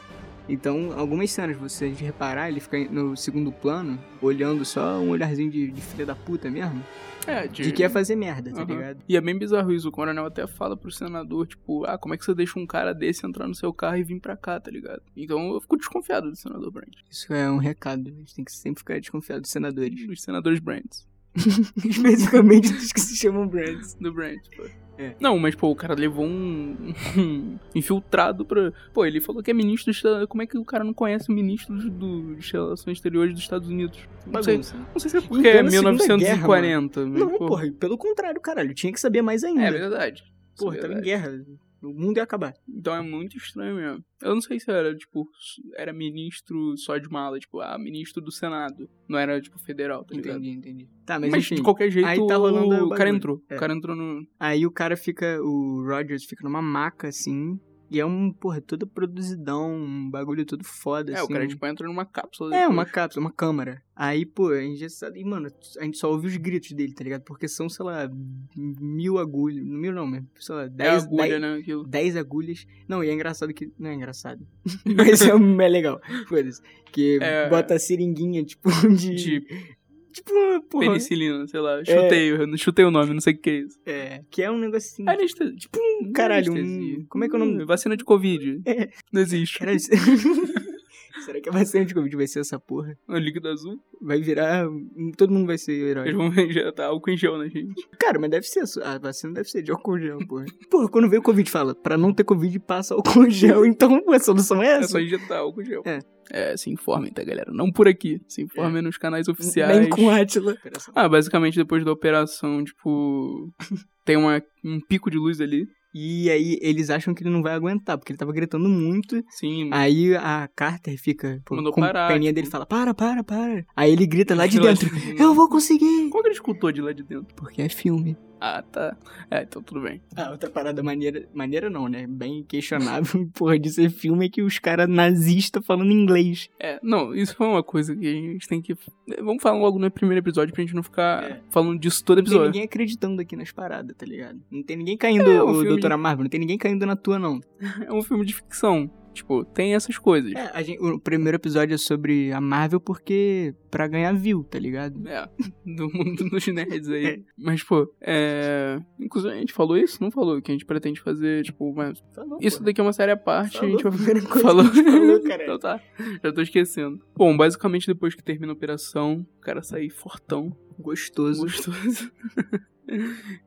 S2: Então, algumas cenas, você de reparar, ele fica no segundo plano, olhando só um olharzinho de, de filha da puta mesmo,
S1: É,
S2: de,
S1: de.
S2: que ia fazer merda, tá
S1: Aham.
S2: ligado?
S1: E é bem bizarro isso. O coronel até fala pro senador, tipo, ah, como é que você deixa um cara desse entrar no seu carro e vir pra cá, tá ligado? Então eu fico desconfiado do senador Brandt.
S2: Isso é um recado, a gente tem que sempre ficar desconfiado dos senadores.
S1: Dos senadores Brandt.
S2: Especificamente dos que se chamam Brands.
S1: Do Brandt, pô.
S2: É.
S1: Não, mas, pô, o cara levou um, um infiltrado pra. Pô, ele falou que é ministro. dos- Como é que o cara não conhece o ministro do- do- das Relações Exteriores dos Estados Unidos? Não sei,
S2: Bagunça.
S1: não sei se é porque é
S2: plena Então, Segunda Guerra,
S1: 1940. mas,
S2: Não,
S1: pô,
S2: porra, pelo contrário, caralho, tinha que saber mais ainda.
S1: né? É verdade. Isso
S2: porra, tá
S1: é
S2: tava em
S1: verdade.
S2: guerra, o mundo ia acabar.
S1: Então é muito estranho mesmo. Eu não sei se era, tipo, s- era ministro só de mala, tipo, ah, ministro do Senado. Não era, tipo, federal, tá ligado?
S2: entendi. Tá, mas,
S1: Mas,
S2: enfim.
S1: de qualquer jeito,
S2: aí tá rolando o
S1: o cara
S2: bagulho.
S1: entrou.
S2: É.
S1: O cara entrou no.
S2: Aí o cara fica, o Rogers fica numa maca assim, E é um, porra, todo produzidão, um bagulho todo foda,
S1: É,
S2: assim.
S1: o cara, tipo, entra numa cápsula.
S2: É,
S1: depois.
S2: uma cápsula, uma câmera. Aí, pô, é engessado. E, mano, a gente só ouve os gritos dele, tá ligado? Porque são, sei lá, mil agulhas. Mil não, mas, sei lá,
S1: É
S2: dez,
S1: agulha,
S2: dez-
S1: né? Aquilo.
S2: dez agulhas. Não, e é engraçado que. Não é engraçado. Mas é, um- é legal. Foda-se. Que
S1: É.
S2: bota a seringuinha, tipo, de.
S1: De
S2: Tipo, uma porra.
S1: penicilina, sei lá. Chutei, eu não chutei o nome, não sei o que é isso.
S2: É, que é um negocinho.
S1: Anestesia. Tipo um.
S2: Caralho, um-
S1: anestesia.
S2: como é que é o nome?
S1: Hum, Vacina de Covid.
S2: É.
S1: Não existe.
S2: Caralho, isso- Será que a vacina de Covid vai ser essa porra?
S1: O É um líquido azul.
S2: Vai virar. um, Todo mundo vai ser herói.
S1: Eles vão injetar álcool em gel na gente.
S2: Cara, mas deve ser. a su- A vacina deve ser de álcool gel, porra. Porra, quando veio o Covid, fala, pra não ter Covid, passa álcool gel. Então, a solução é
S1: É
S2: essa.
S1: só injetar álcool em gel.
S2: É.
S1: É, se informem, tá, galera? Não por aqui. Se informem nos canais oficiais.
S2: Nem com Átila.
S1: Ah, basicamente depois da operação, tipo. tem uma, um pico de luz ali.
S2: E aí, eles acham que ele não vai aguentar, porque ele tava gritando muito.
S1: Sim.
S2: Aí a Carter fica pô,
S1: Mandou
S2: com
S1: parar,
S2: a perninha
S1: tipo.
S2: dele e fala, para, para, para. Aí ele grita tá lá de
S1: Lá
S2: dentro, eu vou conseguir.
S1: Qual que ele escutou de lá de dentro?
S2: Porque é filme.
S1: Ah, tá. É, então tudo bem.
S2: Ah, outra parada maneira, maneira não, né? Bem questionável, porra, de ser filme é que os caras nazistas falando inglês.
S1: É, não, isso foi uma coisa que a gente tem que. é, Vamos falar logo no primeiro episódio pra gente não ficar
S2: É.
S1: falando disso todo
S2: Não tem
S1: episódio.
S2: ninguém acreditando aqui nas paradas, tá ligado? Não tem ninguém caindo,
S1: É, o
S2: o
S1: filme de-
S2: Doutora Marvel, não tem ninguém caindo na tua, não.
S1: É um filme de ficção. Tipo, tem essas coisas.
S2: É, a gente- o primeiro episódio é sobre a Marvel porque. pra ganhar view, tá ligado?
S1: É, do mundo dos nerds aí.
S2: É.
S1: Mas, pô, é. Inclusive, a gente falou isso? Não falou, que a gente pretende fazer, tipo, uma...
S2: Tá
S1: isso daqui é uma série à parte, a gente vai Falou. então tá, já tô esquecendo. Bom, basicamente depois que termina a operação, o cara sai fortão,
S2: Gostoso.
S1: gostoso.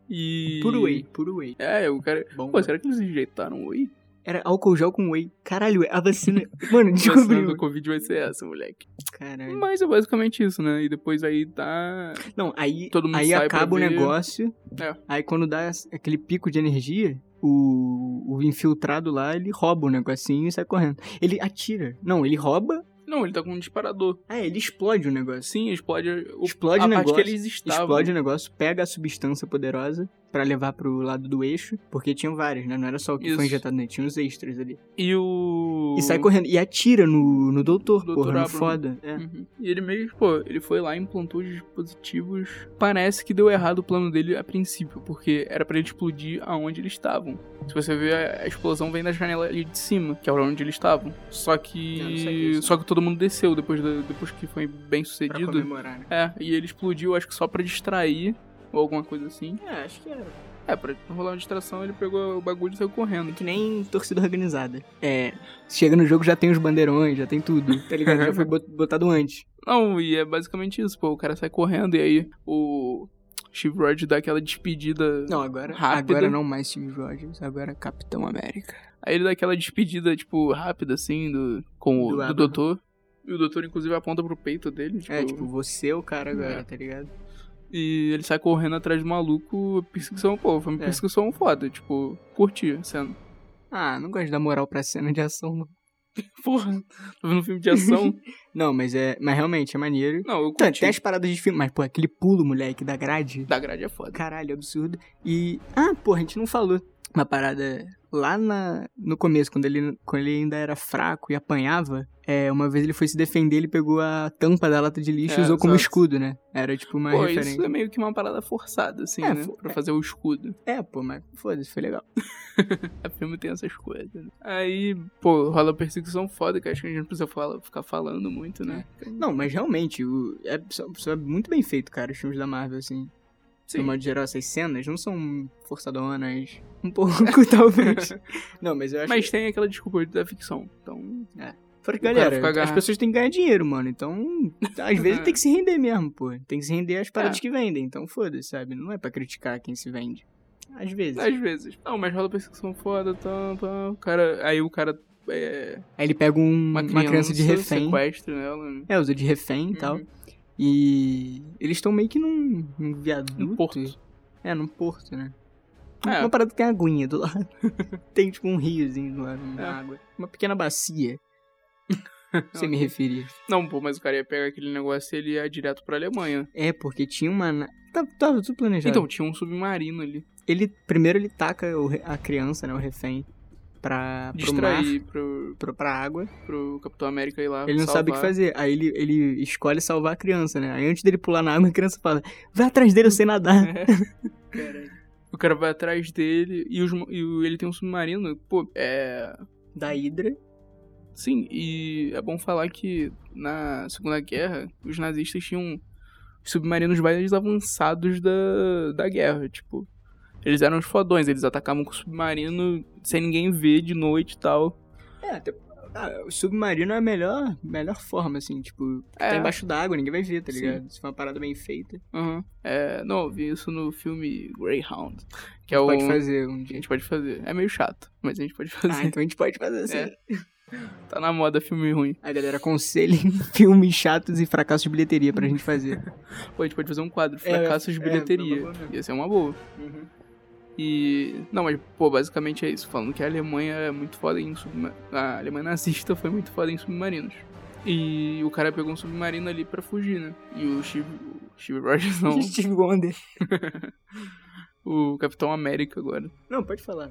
S1: e.
S2: Puro whey, puro whey.
S1: É, o cara.
S2: Bom,
S1: Pô, será que eles injetaram whey?
S2: Era álcool gel com whey. Caralho, a vacina. Mano,
S1: A vacina
S2: descobriu.
S1: do Covid vai ser essa, moleque.
S2: Caralho.
S1: Mas é basicamente isso, né? E depois aí tá.
S2: Não, aí,
S1: Todo mundo
S2: aí
S1: sai pra
S2: acaba o
S1: ver.
S2: negócio.
S1: É.
S2: Aí quando dá as- aquele pico de energia, o, o infiltrado lá, ele rouba o negocinho e sai correndo. Ele atira. Não, ele rouba.
S1: Não, ele tá com um disparador.
S2: Ah, ele explode o negócio.
S1: Sim, explode. O...
S2: Explode
S1: a
S2: o
S1: parte
S2: negócio.
S1: que eles estavam.
S2: Explode o negócio, pega a substância poderosa pra levar pro lado do eixo, porque tinham vários, né? Não era só o que
S1: Isso.
S2: foi injetado nele, tinha os extras ali.
S1: E o.
S2: E sai correndo, e atira no, no doutor,
S1: Doutor
S2: porra, no
S1: Abrams.
S2: foda. É.
S1: Uhum. E ele meio que, pô, ele foi lá, implantou os dispositivos. Parece que deu errado o plano dele a princípio, porque era pra ele explodir aonde eles estavam. Se você ver, a a explosão vem da janela ali de cima, que era onde eles estavam. Só
S2: Eu não
S1: que.
S2: sabia disso.
S1: só que todo mundo desceu depois, da- depois que foi bem sucedido.
S2: comemorar, né?
S1: É, e ele explodiu, acho que só pra distrair, ou alguma coisa assim.
S2: É, acho que era.
S1: É, pra não rolar uma distração, ele pegou o bagulho e saiu correndo.
S2: É Que nem torcida organizada. É, chega no jogo já tem os bandeirões, já tem tudo, tá ligado? já foi bot- botado antes.
S1: Não, e é basicamente isso, pô. O cara sai correndo e aí o Steve Rogers dá aquela despedida.
S2: Não, agora,
S1: Rápido.
S2: agora não mais Steve Rogers, agora é Capitão América.
S1: Aí ele dá aquela despedida, tipo, rápida, assim, do, com o,
S2: Do
S1: do,
S2: Abraham.
S1: doutor. E o doutor, inclusive, aponta pro peito dele. Tipo,
S2: É, tipo, você é o cara agora,
S1: É.
S2: tá ligado?
S1: E ele sai correndo atrás do maluco. Perseguição, pô, foi uma
S2: É.
S1: perseguição foda. Tipo, curti a cena.
S2: Ah, não gosto de dar moral pra cena de ação, não.
S1: Porra, tô vendo um filme de ação.
S2: Não, mas é. Mas realmente é maneiro.
S1: Não, eu
S2: Então,
S1: curti.
S2: tem as paradas de filme, mas, pô, aquele pulo, moleque, da grade.
S1: Da grade é foda.
S2: Caralho, absurdo. E. Ah, pô, a gente não falou. Uma parada. Lá na, no começo, quando ele, quando ele ainda era fraco e apanhava, é, uma vez ele foi se defender, ele pegou a tampa da lata de lixo
S1: É,
S2: e usou como
S1: exato.
S2: escudo, né? Era tipo uma
S1: Pô,
S2: referência.
S1: isso é meio que uma parada forçada, assim,
S2: É,
S1: né?
S2: fo-
S1: Pra
S2: é.
S1: fazer o escudo.
S2: É, pô, mas foda-se, foi legal.
S1: A filme tem essas coisas. né? Aí, pô, rola perseguição foda, que acho que a gente não precisa fala- ficar falando muito, né?
S2: É. Não, mas realmente, o, é, são- são muito bem feito, cara, os filmes da Marvel, assim.
S1: Sim.
S2: No modo geral, essas cenas não são forçadonas. Um pouco, talvez. Não, mas eu acho
S1: Mas tem aquela desculpa da ficção. Então, O
S2: Fora que,
S1: cara fica
S2: galera, as
S1: agarrado.
S2: pessoas têm que ganhar dinheiro, mano. Então, às vezes tem que se render mesmo, pô. Tem que se render às paradas
S1: É.
S2: que vendem. Então, foda-se, sabe? Não é pra criticar quem se vende. Às vezes.
S1: Às vezes. Não, mas rola perseguição foda, tá, tá. O cara. Aí o cara. É,
S2: Aí ele pega um-
S1: uma, criança, Uhum.
S2: de refém.
S1: sequestra ela né?
S2: É, usa de refém e tal. E eles estão meio que num, num viaduto.
S1: No um porto.
S2: É, num porto, né?
S1: É.
S2: Uma parada que tem aguinha do lado. tem tipo um riozinho do lado, uma
S1: É.
S2: água. Uma pequena bacia. Você me
S1: Ok.
S2: referir.
S1: Não, pô, mas o cara ia pegar aquele negócio e ele ia direto pra Alemanha.
S2: É, porque tinha uma. na- Tava, tava tudo planejado.
S1: Então, tinha um submarino ali.
S2: ele primeiro ele taca o re- a criança, né, o refém, pra, pro mar,
S1: Distrair pro,
S2: pro, pra água.
S1: pro Capitão América ir lá.
S2: Ele não sabe o que
S1: salvar.
S2: fazer. Aí ele, ele escolhe salvar a criança, né? Aí antes dele pular na água, a criança fala: Vai atrás dele, eu sei nadar.
S1: O cara vai atrás dele e, os mo- e o- ele tem um submarino. Pô, é.
S2: Da Hydra.
S1: Sim, e é bom falar que na Segunda Guerra os nazistas tinham os submarinos mais avançados da, da guerra. Tipo, eles eram os fodões, eles atacavam com o submarino sem ninguém ver de noite e tal.
S2: É, até- ah, o submarino é a melhor, melhor forma, assim, tipo,
S1: É,
S2: tá embaixo d'água, ninguém vai ver, tá
S1: Sim.
S2: ligado? Se for uma parada bem feita,
S1: aham. É, não, eu vi isso no filme Greyhound, que é o.
S2: pode fazer um
S1: A
S2: dia.
S1: gente pode fazer. É meio chato, mas a gente pode fazer.
S2: Ah, então a gente pode fazer assim.
S1: É. Tá na moda filme ruim.
S2: Aí, galera, aconselhem filmes chatos e fracassos de bilheteria pra gente fazer.
S1: Pô, a gente pode fazer um quadro,
S2: É,
S1: fracassos de
S2: é, é
S1: bilheteria.
S2: uma boa mesmo.
S1: Ia ser uma boa.
S2: Uhum.
S1: E. Não, mas, pô, basicamente é isso. Falando que a Alemanha é muito foda em submarinos. A Alemanha nazista foi muito foda em submarinos. E o cara pegou um submarino ali pra fugir, né? E o Steve, o Steve Rogers, não.
S2: Steve Wonder.
S1: o Capitão América agora.
S2: Não, pode falar.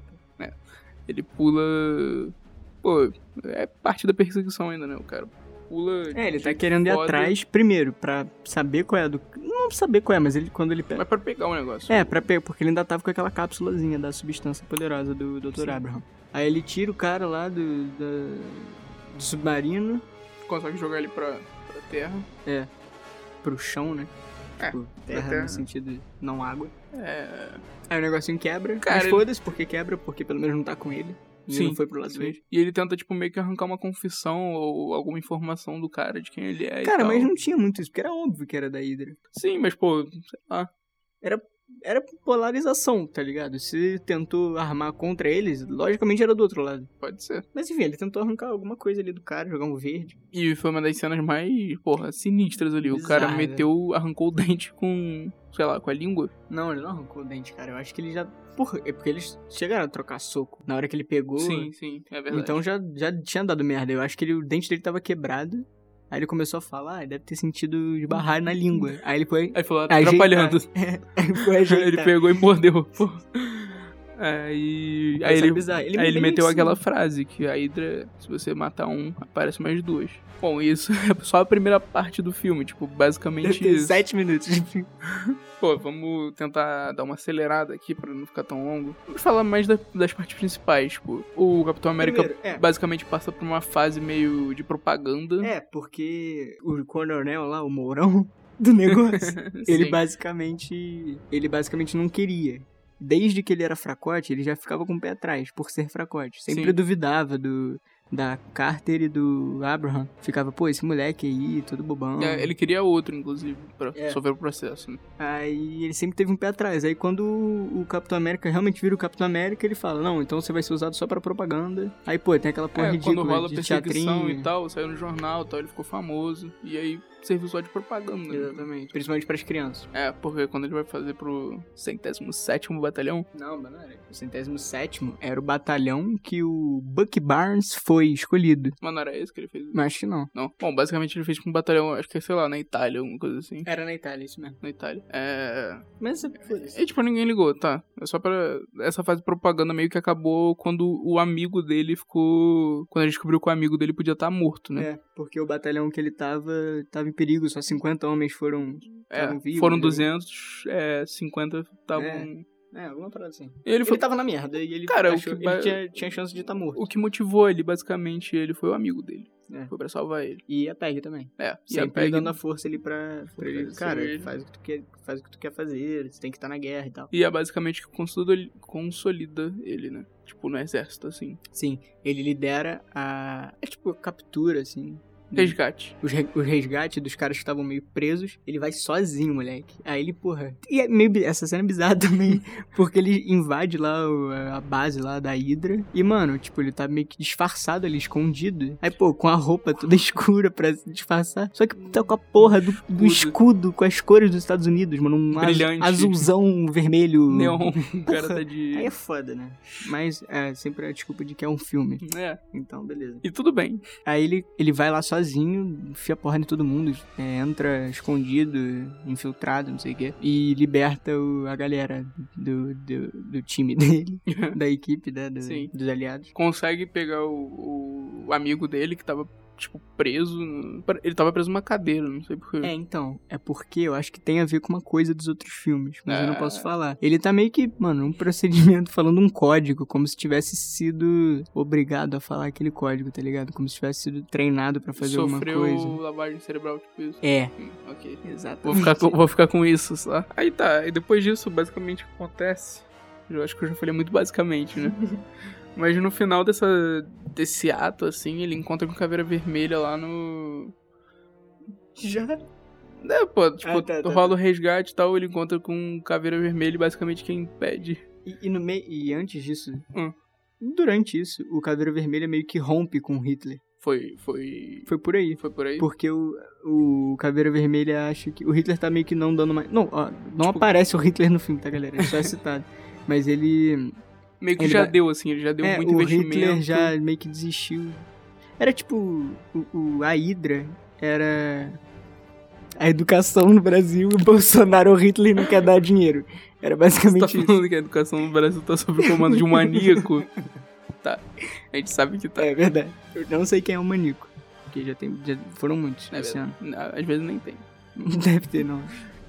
S1: Ele pula. Pô, é parte da perseguição ainda, né? O cara pula.
S2: É, ele
S1: de
S2: tá
S1: jeito
S2: querendo ir
S1: foda,
S2: atrás, primeiro, pra saber qual é a do... Não saber qual é, mas ele, quando ele pega...
S1: Mas pra pegar o negócio.
S2: É, pra pe- porque ele ainda tava com aquela cápsulazinha da substância poderosa do Dr.
S1: Sim.
S2: Abraham. Aí ele tira o cara lá do, da- do submarino
S1: Consegue jogar ele pra, pra terra.
S2: pro chão, né?
S1: É,
S2: Tipo, terra
S1: terra.
S2: no sentido de não água.
S1: É.
S2: Aí o negocinho quebra,
S1: Cara,
S2: mas
S1: ele-
S2: foda-se porque quebra, porque pelo menos não tá com ele. E
S1: Sim,
S2: não foi pro lado dele.
S1: E ele tenta, tipo, meio que arrancar uma confissão ou alguma informação do cara de quem ele é. e
S2: Cara,
S1: tal.
S2: mas não tinha muito isso, porque era óbvio que era da Hydra.
S1: Sim, mas, pô,
S2: Era polarização, tá ligado? Se tentou armar contra eles, logicamente era do outro lado.
S1: pode ser.
S2: Mas enfim, ele tentou arrancar alguma coisa ali do cara, jogar um verde.
S1: E foi uma das cenas mais, porra, sinistras ali. O cara
S2: Bizarra. né?
S1: meteu, arrancou o dente com, sei lá, com a língua.
S2: Não, ele não arrancou o dente, cara. Eu acho que ele já. Porra, é porque eles chegaram a trocar soco. Na hora que ele pegou.
S1: Sim, sim, é verdade.
S2: Então já, já tinha dado merda. Eu acho que ele- o dente dele tava quebrado. Aí ele começou a falar, ah, deve ter sentido de barrar na língua. Aí ele foi.
S1: Aí ele falou, tá
S2: ajeitar.
S1: atrapalhando.
S2: Aí foi
S1: ele
S2: ajeitar.
S1: pegou e mordeu. pô. Aí, aí
S2: Coisa
S1: ele,
S2: é bizarra. Ele
S1: aí ele
S2: bem
S1: meteu
S2: assim.
S1: aquela frase que a Hydra, se você matar um, aparece mais duas. Bom, isso é só a primeira parte do filme, tipo,
S2: Deve
S1: basicamente
S2: ter
S1: isso.
S2: sete minutos.
S1: Pô, vamos tentar dar uma acelerada aqui pra não ficar tão longo. Vamos falar mais da- das partes principais, tipo, o Capitão América
S2: Primeiro, é,
S1: basicamente passa por uma fase meio de propaganda.
S2: É, porque o coronel lá, o Mourão do negócio, ele
S1: Sim.
S2: basicamente. Ele basicamente não queria. Desde que ele era fracote, ele já ficava com o pé atrás, por ser fracote. Sempre
S1: Sim.
S2: duvidava do. Da Carter e do Abraham. Ficava, pô, esse moleque aí, todo bobão.
S1: É, ele queria outro, inclusive, pra
S2: É.
S1: sofrer o processo. né?
S2: Aí ele sempre teve um pé atrás. Aí quando o o Capitão América realmente vira o Capitão América, ele fala, não, então você vai ser usado só pra propaganda. Aí, pô, tem aquela porra
S1: É, quando
S2: ridícula
S1: rola
S2: de
S1: perseguição
S2: teatrinho.
S1: e tal, saiu no jornal e tal, ele ficou famoso. E aí serviu só de propaganda. né?
S2: Exatamente. Principalmente pras crianças.
S1: É, porque quando ele vai fazer pro 107 Batalhão,
S2: Não, mas não era. O centésimo sétimo era o batalhão que o Buck Barnes foi escolhido.
S1: mano, era esse que ele fez.
S2: Mas acho que não.
S1: Não. Bom, basicamente ele fez com um batalhão, acho que é, sei lá, na Itália, alguma coisa assim.
S2: Era na Itália, isso mesmo.
S1: Na Itália. É.
S2: Mas
S1: E tipo, ninguém ligou, tá? É só pra. Essa fase de propaganda meio que acabou quando o amigo dele ficou. Quando ele descobriu que o amigo dele podia estar morto, né?
S2: É, porque o batalhão que ele tava tava em perigo, só 50 homens foram.
S1: É,
S2: tavam vivos,
S1: foram
S2: né?
S1: 200, é, 50 estavam.
S2: É. É, alguma parada assim.
S1: Ele
S2: Ele,
S1: foi.
S2: tava na merda e ele,
S1: Cara, o
S2: achou-
S1: que
S2: ele
S1: ba-
S2: tinha, tinha chance de estar morto.
S1: O que motivou ele, basicamente, ele foi o amigo dele.
S2: É.
S1: Foi pra salvar ele.
S2: E a PEG também.
S1: É,
S2: E
S1: e a Peg.
S2: dando a força ali pra. pra ele,
S1: Fortalecer
S2: cara,
S1: ele.
S2: Faz, o que tu quer, faz o que tu quer fazer, você tem que estar na guerra e tal.
S1: E é basicamente que consolida, consolida ele, né? Tipo, no exército, assim.
S2: Sim, ele lidera a. É tipo, a captura, assim.
S1: Resgate.
S2: os, re- os resgates dos caras que estavam meio presos, ele vai sozinho, moleque. Aí ele, porra. E é meio, bi- essa cena é bizarra também, porque ele invade lá o- a base lá da Hydra. E, mano, tipo, ele tá meio que disfarçado ali, escondido. Aí, pô, com a roupa toda escura pra se disfarçar. Só que tá com a porra do,
S1: Escudo.
S2: do escudo, com as cores dos Estados Unidos, mano. Um azu-
S1: Brilhante.
S2: azulzão, um vermelho.
S1: Neon, o cara tá de.
S2: Aí é foda, né? Mas é sempre a desculpa de que é um filme.
S1: É.
S2: Então, beleza.
S1: E tudo bem.
S2: Aí ele, ele vai lá sozinho sozinho, enfia porrada em todo mundo, é, entra escondido, infiltrado, não sei o quê, e liberta o- a galera do, do, do time dele, da equipe, né, do-
S1: Sim.
S2: dos aliados.
S1: Consegue pegar o, o amigo dele que tava, tipo, preso. no- Ele tava preso numa cadeira, não sei porquê.
S2: É, então, é porque eu acho que tem a ver com uma coisa dos outros filmes, mas eu não
S1: Ah.
S2: posso falar. Ele tá meio que, mano, um procedimento falando um código, como se tivesse sido obrigado a falar aquele código, tá ligado? Como se tivesse sido treinado pra fazer
S1: Sofreu
S2: alguma coisa.
S1: lavagem cerebral, tipo isso.
S2: É,
S1: Hum, ok.
S2: exatamente.
S1: Vou ficar, com, vou ficar com isso só. Aí tá, e depois disso, basicamente o que acontece. Eu acho que eu já falei muito basicamente, né? Mas no final dessa, desse ato, assim, ele encontra com Caveira Vermelha lá no.
S2: Já?
S1: É, pô, tipo,
S2: Ah, tá, tá,
S1: rola o resgate e tal, ele encontra com Caveira Vermelha e basicamente quem impede.
S2: E, e no meio, e antes disso,
S1: Hum.
S2: durante isso, o Caveira Vermelha meio que rompe com Hitler.
S1: Foi. Foi.
S2: Foi por aí.
S1: Foi por aí?
S2: Porque o, o Caveira Vermelha acha que. O Hitler tá meio que não dando mais. Não, ó, não
S1: Tipo-
S2: aparece o Hitler no filme, tá, galera? É só é citado. Mas ele.
S1: Meio que
S2: ele
S1: já
S2: vai-
S1: deu, assim, ele já deu
S2: é,
S1: muito
S2: o
S1: investimento.
S2: Hitler já meio que desistiu. Era tipo. O, o- a Hydra era. A educação no Brasil e o Bolsonaro é o Hitler não quer dar dinheiro. Era
S1: Você tá
S2: basicamente isso.
S1: falando que a educação no Brasil tá sob o comando de um maníaco? tá. A gente sabe que tá.
S2: É verdade. Eu não sei quem é o Manico. Porque já, tem, já foram muitos
S1: É
S2: esse ano.
S1: Às vezes nem tem.
S2: Não deve ter, não.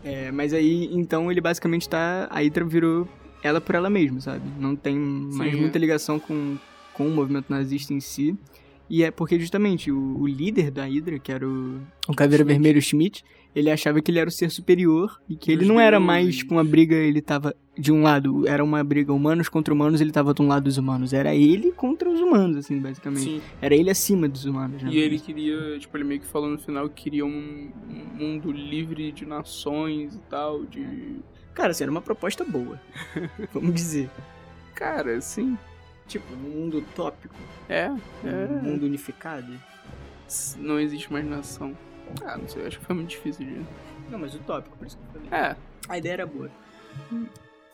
S2: É, mas aí, então, ele basicamente tá. A Hydra virou ela por ela mesma, sabe? Não tem mais
S1: Sim, é.
S2: muita ligação com, com o movimento nazista em si. E é porque, justamente, o, o líder da Hydra, que era o, o
S1: Schmidt.
S2: Caveira Vermelho Schmidt, ele achava que ele era o ser superior e que ele
S1: Dos
S2: não era
S1: deuses.
S2: mais tipo, uma briga, ele tava. De um lado, era uma briga humanos contra humanos, ele tava de um lado dos humanos. Era ele contra os humanos, assim, basicamente.
S1: Sim.
S2: Era ele acima dos humanos, né?
S1: E ele queria, tipo, ele meio que falou no final que queria um, um mundo livre de nações e tal, de.
S2: Cara, assim, era uma proposta boa. Vamos dizer.
S1: Cara, assim.
S2: Tipo, num mundo utópico,
S1: É,
S2: num
S1: é.
S2: mundo unificado.
S1: Não existe mais nação. Ah, não sei, acho que foi muito difícil de.
S2: Não, mas utópico, por isso que eu falei.
S1: É,
S2: A ideia era boa.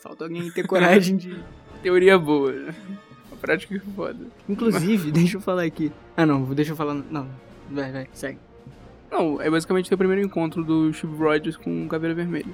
S2: Falta alguém ter coragem de.
S1: teoria boa. né? A prática é foda.
S2: Inclusive, deixa eu falar aqui. Ah, não, vou- deixa eu falar. Não, vai, vai, segue.
S1: Não, é basicamente o primeiro encontro do Steve Rogers com o Caveira Vermelha.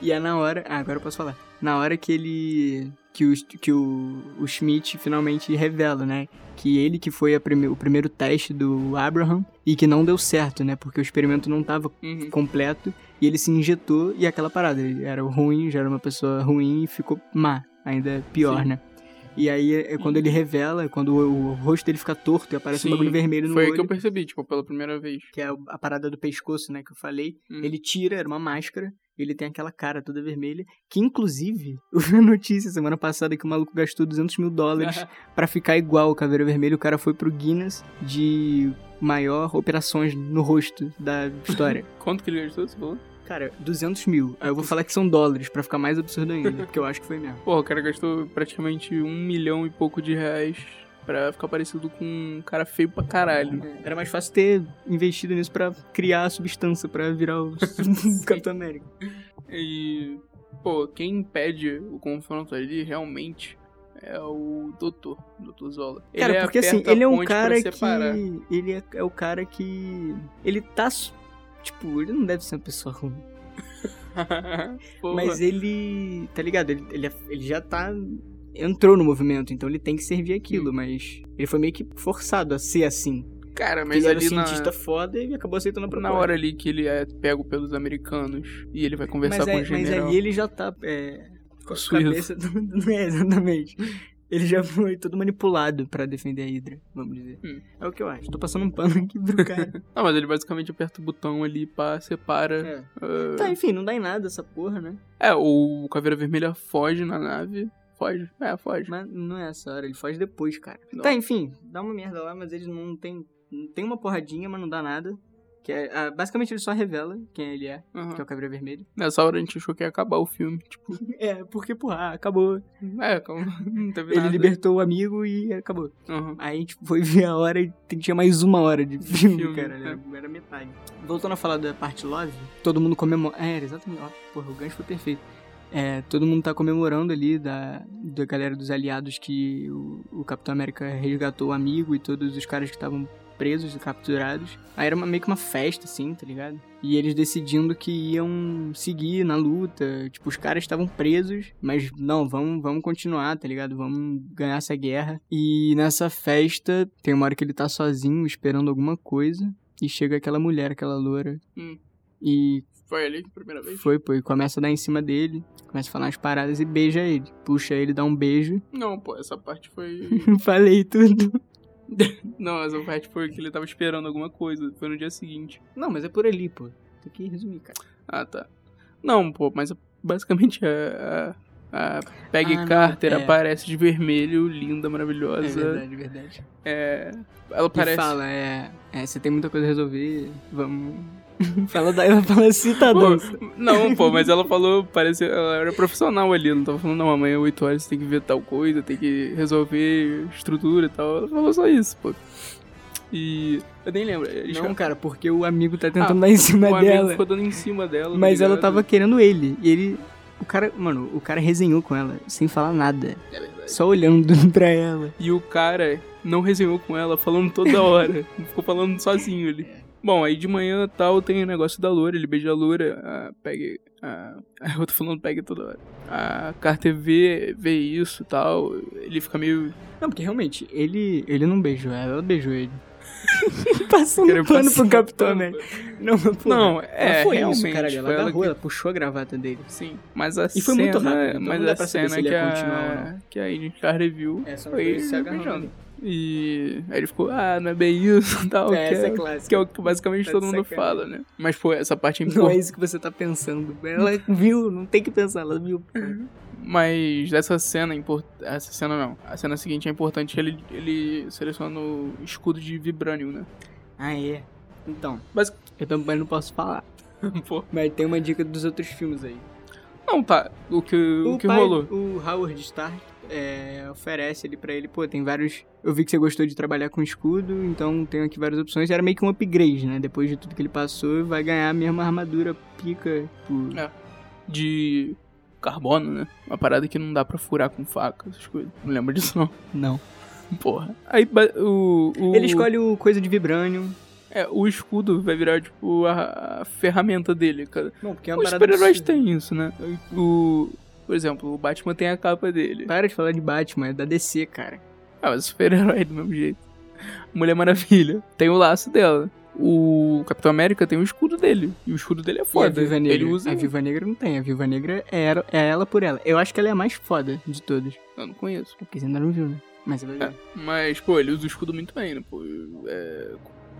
S2: E é na hora. Ah, agora eu posso falar. Na hora que ele. Que o, que o, o Schmidt finalmente revela, né? Que ele que foi a prime- o primeiro teste do Abraham e que não deu certo, né? Porque o experimento não tava
S1: Uhum.
S2: completo e ele se injetou e aquela parada. Ele era ruim, já era uma pessoa ruim e ficou má, ainda pior,
S1: Sim.
S2: né? E aí é quando ele revela, quando o, o rosto dele fica torto e aparece
S1: Sim,
S2: um bagulho vermelho no
S1: Foi aí
S2: olho,
S1: que eu percebi, tipo, pela primeira vez.
S2: que é a parada do pescoço, né, que eu falei.
S1: Uhum.
S2: Ele tira, era uma máscara, ele tem aquela cara toda vermelha, que inclusive, eu vi a notícia semana passada que o maluco gastou 200 mil dólares pra ficar igual o Caveira Vermelho, o cara foi pro Guinness de maior operações no rosto da história.
S1: Quanto que ele gastou, você falou?
S2: Cara, 200 mil. Aí eu vou falar que são dólares, pra ficar mais absurdo ainda, porque eu acho que foi mesmo.
S1: Porra, o cara gastou praticamente um milhão e pouco de reais pra ficar parecido com um cara feio pra caralho. né?
S2: Era mais fácil ter investido nisso pra criar a substância pra virar o Capitão América.
S1: E, pô, quem impede o confronto ali realmente é o doutor, doutor Zola.
S2: Cara, porque assim,
S1: aperta a
S2: ele é um
S1: ponte pra
S2: cara que.
S1: separar.
S2: Ele é, é o cara que. Ele tá. su- Tipo, ele não deve ser uma pessoa ruim.
S1: Porra.
S2: Mas ele. Tá ligado? Ele, ele, ele já tá. Entrou no movimento, então ele tem que servir aquilo, mas. Ele foi meio que forçado a ser assim.
S1: cara,
S2: Mas
S1: mas
S2: ele era um
S1: ali na,
S2: cientista foda e acabou aceitando a proposta.
S1: na hora ali que ele é pego pelos americanos e ele vai conversar
S2: mas,
S1: com
S2: aí,
S1: o general.
S2: mas aí ele já tá é, com a
S1: Possuído.
S2: cabeça... do- é, exatamente. Ele já foi todo manipulado pra defender a Hydra, vamos dizer.
S1: Hum.
S2: É o que eu acho. Tô passando um pano aqui pro cara.
S1: Não, mas ele basicamente aperta o botão ali, pá, separa.
S2: É.
S1: ah,
S2: Tá, enfim, não dá em nada essa porra, né?
S1: É, o Caveira Vermelha foge na nave. Foge. É, foge.
S2: Mas não é essa hora, ele foge depois, cara.
S1: Não.
S2: Tá, enfim, dá uma merda lá, mas eles não tem... não Tem uma porradinha, mas não dá nada. Que é, ah, basicamente ele só revela quem ele é,
S1: Aham.
S2: que é o Caveira Vermelho.
S1: Nessa hora a gente achou que ia acabar o filme. Tipo,
S2: É, porque, porra, acabou.
S1: é, calma. Não teve
S2: Ele
S1: nada.
S2: libertou o amigo e acabou.
S1: Aham.
S2: Aí a gente foi ver a hora e tem- tinha mais uma hora de filme,
S1: filme,
S2: cara. Era, era metade. Voltando a falar da parte love, todo mundo comemora. É, era exatamente. Ó, porra, o gancho foi perfeito. É, todo mundo tá comemorando ali da, da galera dos aliados que o, o Capitão América resgatou o amigo e todos os caras que estavam presos e capturados. Aí era uma- meio que uma festa, assim, tá ligado? E eles decidindo que iam seguir na luta. Tipo, os caras estavam presos, mas não, vamos, vamos continuar, tá ligado? Vamos ganhar essa guerra. E nessa festa, tem uma hora que ele tá sozinho, esperando alguma coisa. E chega aquela mulher, aquela loura.
S1: Hum.
S2: E
S1: Foi ali a primeira vez?
S2: foi, pô, e começa a dar em cima dele, começa a falar umas paradas e beija ele. Puxa ele, dá um beijo.
S1: Não, pô, essa parte foi.
S2: Falei tudo.
S1: Não, essa parte foi que ele tava esperando alguma coisa. Foi no dia seguinte.
S2: Não, mas é por ali, pô. Tem que resumir, cara.
S1: Ah, tá. Não, pô, mas basicamente a. a, a Peggy
S2: Ah, não,
S1: Carter
S2: é.
S1: aparece de vermelho, linda, maravilhosa.
S2: verdade.
S1: É. Ela parece.
S2: Parece... E fala, é, é, você tem muita coisa a resolver, vamos... fala daí, ela fala, assim, tá cita a
S1: Pô,
S2: dança.
S1: Não, pô, mas ela falou, parece, ela era profissional ali, não tava falando, não, amanhã 8 horas você tem que ver tal coisa, tem que resolver estrutura e tal. Ela falou só isso, pô. E eu nem lembro. eles
S2: Não,
S1: ficaram-
S2: cara, porque o amigo tá tentando
S1: é Ah,
S2: dar em cima
S1: o amigo
S2: dela.
S1: ficou dando em cima dela.
S2: Mas
S1: tá
S2: ela
S1: ligado?
S2: tava querendo ele, e ele... O cara, mano, o cara resenhou com ela, sem falar nada.
S1: É verdade.
S2: Só olhando pra ela.
S1: E o cara não resenhou com ela, falando toda hora. ficou falando sozinho ali. Bom, aí de manhã tal tem o negócio da loura, ele beija a loura, a Peg. A... Eu tô falando Peg toda hora. A Carter vê, vê isso e tal, ele fica meio
S2: Não, porque realmente, ele, ele não beijou ela, ela beijou ele. Passando
S1: Quero
S2: pano
S1: passar um
S2: pro Capitão
S1: pano,
S2: né?
S1: pô.
S2: Não, mas, porra,
S1: Não, é,
S2: ela foi
S1: realmente,
S2: isso, caralho. Ela
S1: foi ela
S2: agarrou,
S1: que-
S2: ela puxou a gravata dele.
S1: Sim, mas a
S2: E foi muito
S1: cena-
S2: rápido, então
S1: mas
S2: não dá
S1: a
S2: pra
S1: cena
S2: saber se ele
S1: que
S2: ia
S1: a,
S2: continuar ou
S1: que a Agent Carter viu
S2: É, só
S1: foi ele beijando. E aí ele ficou, ah, não é bem isso e tal,
S2: É,
S1: que,
S2: essa
S1: é,
S2: é clássica.
S1: que é o que basicamente
S2: Tá de
S1: todo mundo
S2: sacanagem.
S1: fala, né? Mas, pô, essa parte é
S2: Não é
S1: importante.
S2: isso que você tá pensando. Ela viu, não tem que pensar, ela viu.
S1: Mas essa cena, é impor- essa cena não, a cena seguinte é importante, ele, ele seleciona o escudo de Vibranium, né?
S2: Ah, é. Então,
S1: Mas,
S2: eu também não posso falar.
S1: pô,
S2: Mas tem uma dica dos outros filmes aí.
S1: não, tá, o que, o que
S2: pai-
S1: rolou?
S2: O Howard Stark é, oferece ele pra ele, pô, tem vários. Eu vi que você gostou de trabalhar com escudo, então tenho aqui várias opções. Era meio que um upgrade, né? Depois de tudo que ele passou, vai ganhar a mesma armadura pica. Tipo,
S1: É. De carbono, né? Uma parada que não dá pra furar com faca, essas coisas. Não lembro disso não.
S2: não.
S1: Porra. Aí ba- o, o.
S2: Ele escolhe o coisa de Vibranium.
S1: É, o escudo vai virar, tipo, a, a ferramenta dele, cara.
S2: Não, porque é uma
S1: Os
S2: parada.
S1: super-heróis
S2: absurda.
S1: têm isso, né? O. Por exemplo, o Batman tem a capa dele.
S2: Para de falar de Batman, é da DC, cara.
S1: Ah, mas super-herói é do mesmo jeito. Mulher Maravilha tem o laço dela. O Capitão América tem o escudo dele. E o escudo dele é
S2: E a
S1: foda.
S2: Viva Negra.
S1: Ele usa.
S2: A Viva Negra não tem. A Viva Negra é, ela- é ela por ela. Eu acho que ela é a mais foda de todas.
S1: Eu não conheço.
S2: É porque você ainda não viu, né? Mas você vai ver.
S1: É. Mas, pô, ele usa o escudo muito bem, né? Pô, é.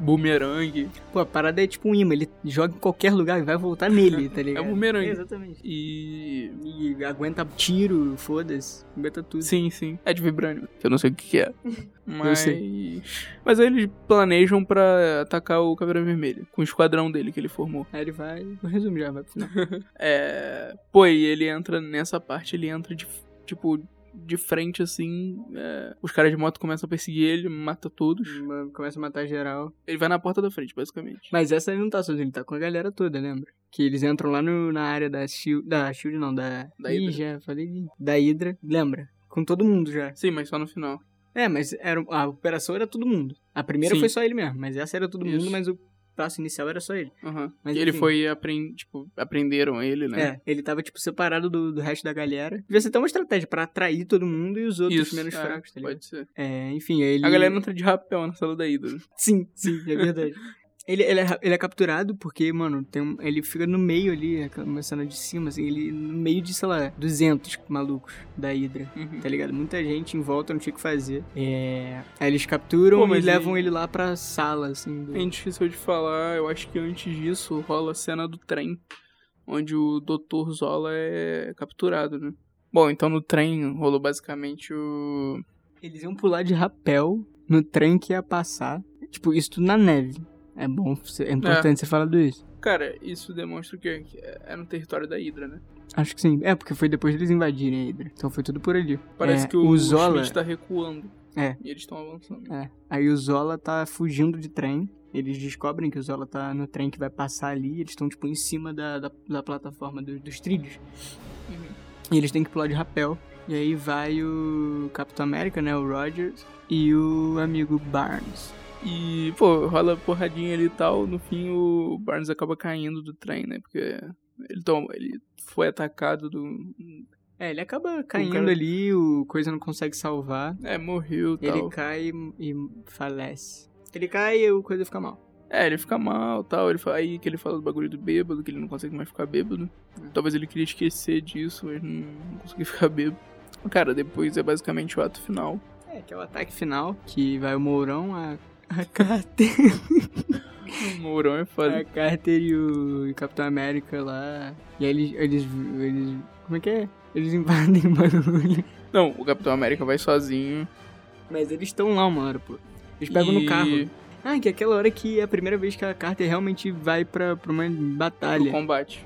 S1: Boomerang.
S2: Pô, a parada é tipo um imã, ele joga em qualquer lugar e vai voltar nele, tá ligado?
S1: É um bumerangue.
S2: Exatamente.
S1: E.
S2: E aguenta tiro, foda-se, aguenta tudo.
S1: Sim, sim. É de vibrânio. que Eu não sei o que, que é. Mas...
S2: sei.
S1: Mas aí eles planejam pra atacar o Caveira Vermelha. Com o esquadrão dele que ele formou.
S2: Aí ele vai, vou resumir já, vai pro final.
S1: É... Pô, e ele entra nessa parte, ele entra de... Tipo, de frente assim. é, Os caras de moto começam a perseguir ele, mata todos.
S2: Mano, Começa a matar geral.
S1: Ele vai na porta da frente, basicamente.
S2: Mas essa ele não tá sozinho, ele tá com a galera toda, lembra? Que eles entram lá no, na área da Shield, da Shield não, da...
S1: Da
S2: Ih,
S1: Hydra.
S2: já falei de... Da Hydra, lembra? Com todo mundo já.
S1: Sim, mas só no final.
S2: É, mas era, a operação era todo mundo. A primeira
S1: Sim.
S2: foi só ele mesmo, mas essa era todo
S1: Isso.
S2: mundo, mas o passo inicial era só ele.
S1: Aham.
S2: Mas
S1: E ele
S2: enfim.
S1: foi, apren... tipo, aprenderam ele, né?
S2: É, ele tava, tipo, separado do, do resto da galera. Devia ser até uma estratégia pra atrair todo mundo e os outros
S1: Isso,
S2: menos
S1: é,
S2: fracos, tá ligado?
S1: pode ser.
S2: É, enfim, aí ele...
S1: A galera entra de rapel na sala da ídola.
S2: Sim, sim, é verdade. ele, ele, é, ele é capturado porque, mano, tem um- ele fica no meio ali, é aquela- uma cena de cima, assim, ele no meio de, sei lá, 200 malucos da Hydra.
S1: Uhum.
S2: Tá ligado? Muita gente em volta, não tinha o que fazer. É... Aí eles capturam
S1: Pô,
S2: e
S1: mas e-
S2: levam ele lá pra sala, assim. do-
S1: A gente esqueceu É de falar, eu acho que antes disso rola a cena do trem, onde o Dr. Zola é capturado, né? Bom, então no trem rolou basicamente o.
S2: Eles iam pular de rapel no trem que ia passar. Tipo, isso tudo na neve. É bom, você- é importante você falar disso.
S1: Cara, isso demonstra o quê? que é é no território da Hydra, né?
S2: Acho que sim. É, porque foi depois deles invadirem a Hydra. Então foi tudo por ali.
S1: Parece
S2: É,
S1: que o,
S2: o
S1: o
S2: Zola-
S1: Schmidt tá recuando.
S2: É.
S1: E eles estão avançando.
S2: É. Aí o Zola tá fugindo de trem. Eles descobrem que o Zola tá no trem que vai passar ali. Eles estão, tipo, em cima da, da, da plataforma do- dos trilhos.
S1: Uhum.
S2: E eles têm que pular de rapel. E aí vai o Capitão América, né? O Rogers. E o amigo Barnes.
S1: E, pô, rola porradinha ali e tal. No fim, o Barnes acaba caindo do trem, né? Porque ele, toma, ele foi atacado do.
S2: É, ele acaba caindo
S1: cara-
S2: ali, o coisa não consegue salvar.
S1: É, morreu e
S2: Ele
S1: tal.
S2: cai e falece. Ele cai e o coisa fica mal.
S1: É, ele fica mal tal. Ele fala, aí que ele fala do bagulho do bêbado, que ele não consegue mais ficar bêbado. Talvez ele queria esquecer disso, mas não, não conseguiu ficar bêbado. Cara, depois é basicamente o ato final.
S2: É, que é o ataque final, que vai o Mourão, a, a Carter.
S1: O Mourão é foda.
S2: A Carter e o e o Capitão América lá. E aí eles, eles. eles. Como é que é? Eles invadem o bagulho.
S1: Não, o Capitão América vai sozinho.
S2: Mas eles estão lá uma hora, pô. Eles pegam no
S1: e
S2: carro. Ah, que é aquela hora que é a primeira vez que a Carter realmente vai pra, pra uma
S1: pro
S2: batalha. Pro,
S1: combate.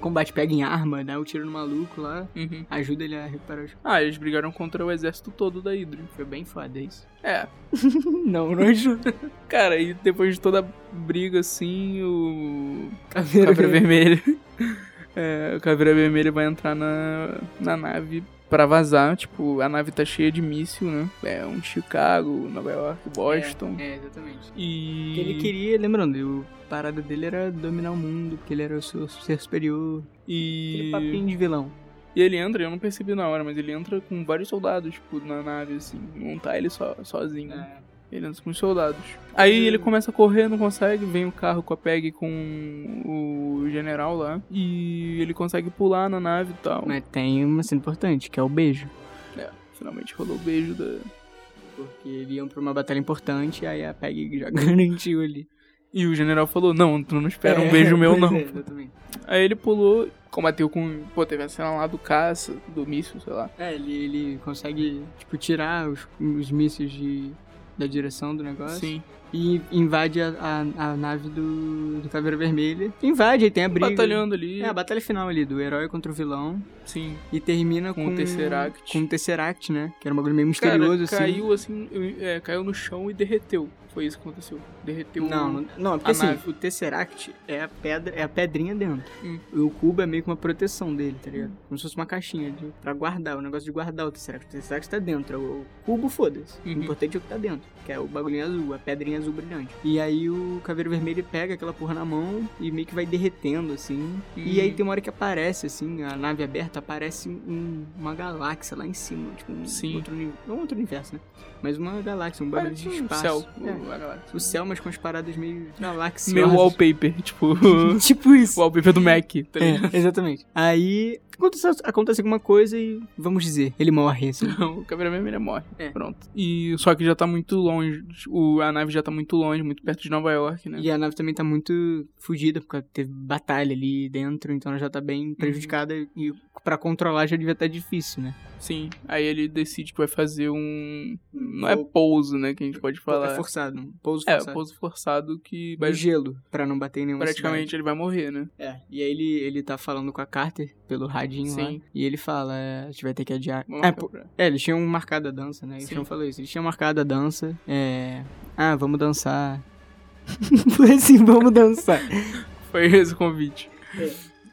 S2: combate, pega em arma, dá o tiro no maluco lá,
S1: Uhum.
S2: ajuda ele a reparar os.
S1: Ah, eles brigaram contra o exército todo da Hydra.
S2: Foi bem foda isso.
S1: É.
S2: não, não ajuda.
S1: Cara, e depois de toda a briga assim, o.
S2: Caveira,
S1: Caveira Vermelha. É, o Caveira Vermelha vai entrar na, na nave pra vazar. Tipo, a nave tá cheia de míssil, né? É um Chicago, Nova York, Boston.
S2: É, é, exatamente.
S1: E.
S2: Porque ele queria, lembrando, a parada dele era dominar o mundo, porque ele era o seu ser superior. Aquele
S1: E...
S2: papinho de vilão.
S1: e ele entra, eu não percebi na hora, mas ele entra com vários soldados, tipo, na nave, assim. Não tá ele só, sozinho.
S2: É.
S1: Ele anda com os soldados. Aí
S2: Hum.
S1: ele começa a correr, não consegue, vem o carro com a PEG com o general lá. E ele consegue pular na nave e tal.
S2: Mas tem uma cena importante, que é o beijo.
S1: É, finalmente rolou o beijo da.
S2: Porque eles iam pra uma batalha importante, aí a Peg já garantiu ali. É,
S1: E o general falou, não, tu não espera um beijo meu, não.
S2: exatamente.
S1: Aí ele pulou, combateu com. Pô, teve a cena lá do caça, do míssil, sei lá.
S2: É, ele, ele consegue, tipo, tirar os, os mísseis de, da direção do negócio.
S1: Sim.
S2: E invade a, a, a nave do, do Caveira Vermelha. Invade, aí tem a briga.
S1: Batalhando ali.
S2: É, a batalha final ali, do herói contra o vilão.
S1: Sim.
S2: E termina
S1: Com
S2: com...
S1: o Tesseract.
S2: Com o Tesseract, né? Que era um bagulho meio
S1: Cara,
S2: misterioso, assim.
S1: caiu assim, eu- é, caiu no chão e derreteu. Foi isso que aconteceu. Derreteu um
S2: Não, não- não, porque
S1: a
S2: assim,
S1: nave.
S2: o Tesseract é a, pedra, é a pedrinha dentro.
S1: Hum.
S2: E o cubo é meio que uma proteção dele, tá ligado? Como se fosse uma caixinha de, pra guardar, o negócio de guardar o Tesseract. O Tesseract tá dentro, o, o cubo foda-se.
S1: Uhum.
S2: O importante é o que tá dentro, que é o bagulhinho azul, a pedrinha azul brilhante. E aí o Caveiro Vermelho pega aquela porra na mão e meio que vai derretendo, assim. E
S1: Hum.
S2: aí tem uma hora que aparece, assim, a nave aberta, aparece um- uma galáxia lá em cima, tipo um
S1: Sim.
S2: outro, uni- não outro universo, né? Mas uma galáxia, um bagulho de
S1: Parece um
S2: espaço.
S1: céu.
S2: É.
S1: o- a galáxia.
S2: O céu, mas com as paradas meio galáxias.
S1: Meu wallpaper, tipo.
S2: tipo
S1: o
S2: isso.
S1: wallpaper do Mac, tá ligado?
S2: É, exatamente. Aí acontece, acontece alguma coisa e, vamos dizer, ele morre, assim.
S1: Não, o câmera vermelha morre.
S2: É.
S1: Pronto. E só que já tá muito longe. O, a nave já tá muito longe, muito perto de Nova York, né?
S2: E a nave também tá muito fugida, porque teve batalha ali dentro, então ela já tá
S1: Uhum.
S2: bem prejudicada e pra controlar já devia estar difícil, né?
S1: Sim. Aí ele decide que vai fazer um. Não é
S2: Pou-
S1: pouso, né? Que a gente pode falar.
S2: É forçado, um pouso
S1: É,
S2: forçado.
S1: pouso forçado que
S2: No
S1: vai-
S2: gelo, pra não bater em nenhuma
S1: praticamente ele vai morrer, né?
S2: cidade. É, e aí ele, ele tá falando com a Carter pelo radinho
S1: Sim.
S2: lá, e ele fala, é, a gente vai ter que adiar.
S1: Vamos
S2: É,
S1: marcar pra-
S2: É, eles tinham marcado a dança, né? Eles
S1: Sim.
S2: tinham falado isso. Eles tinham marcado a dança. É. Ah, vamos dançar. Foi assim, vamos dançar.
S1: Foi esse o convite.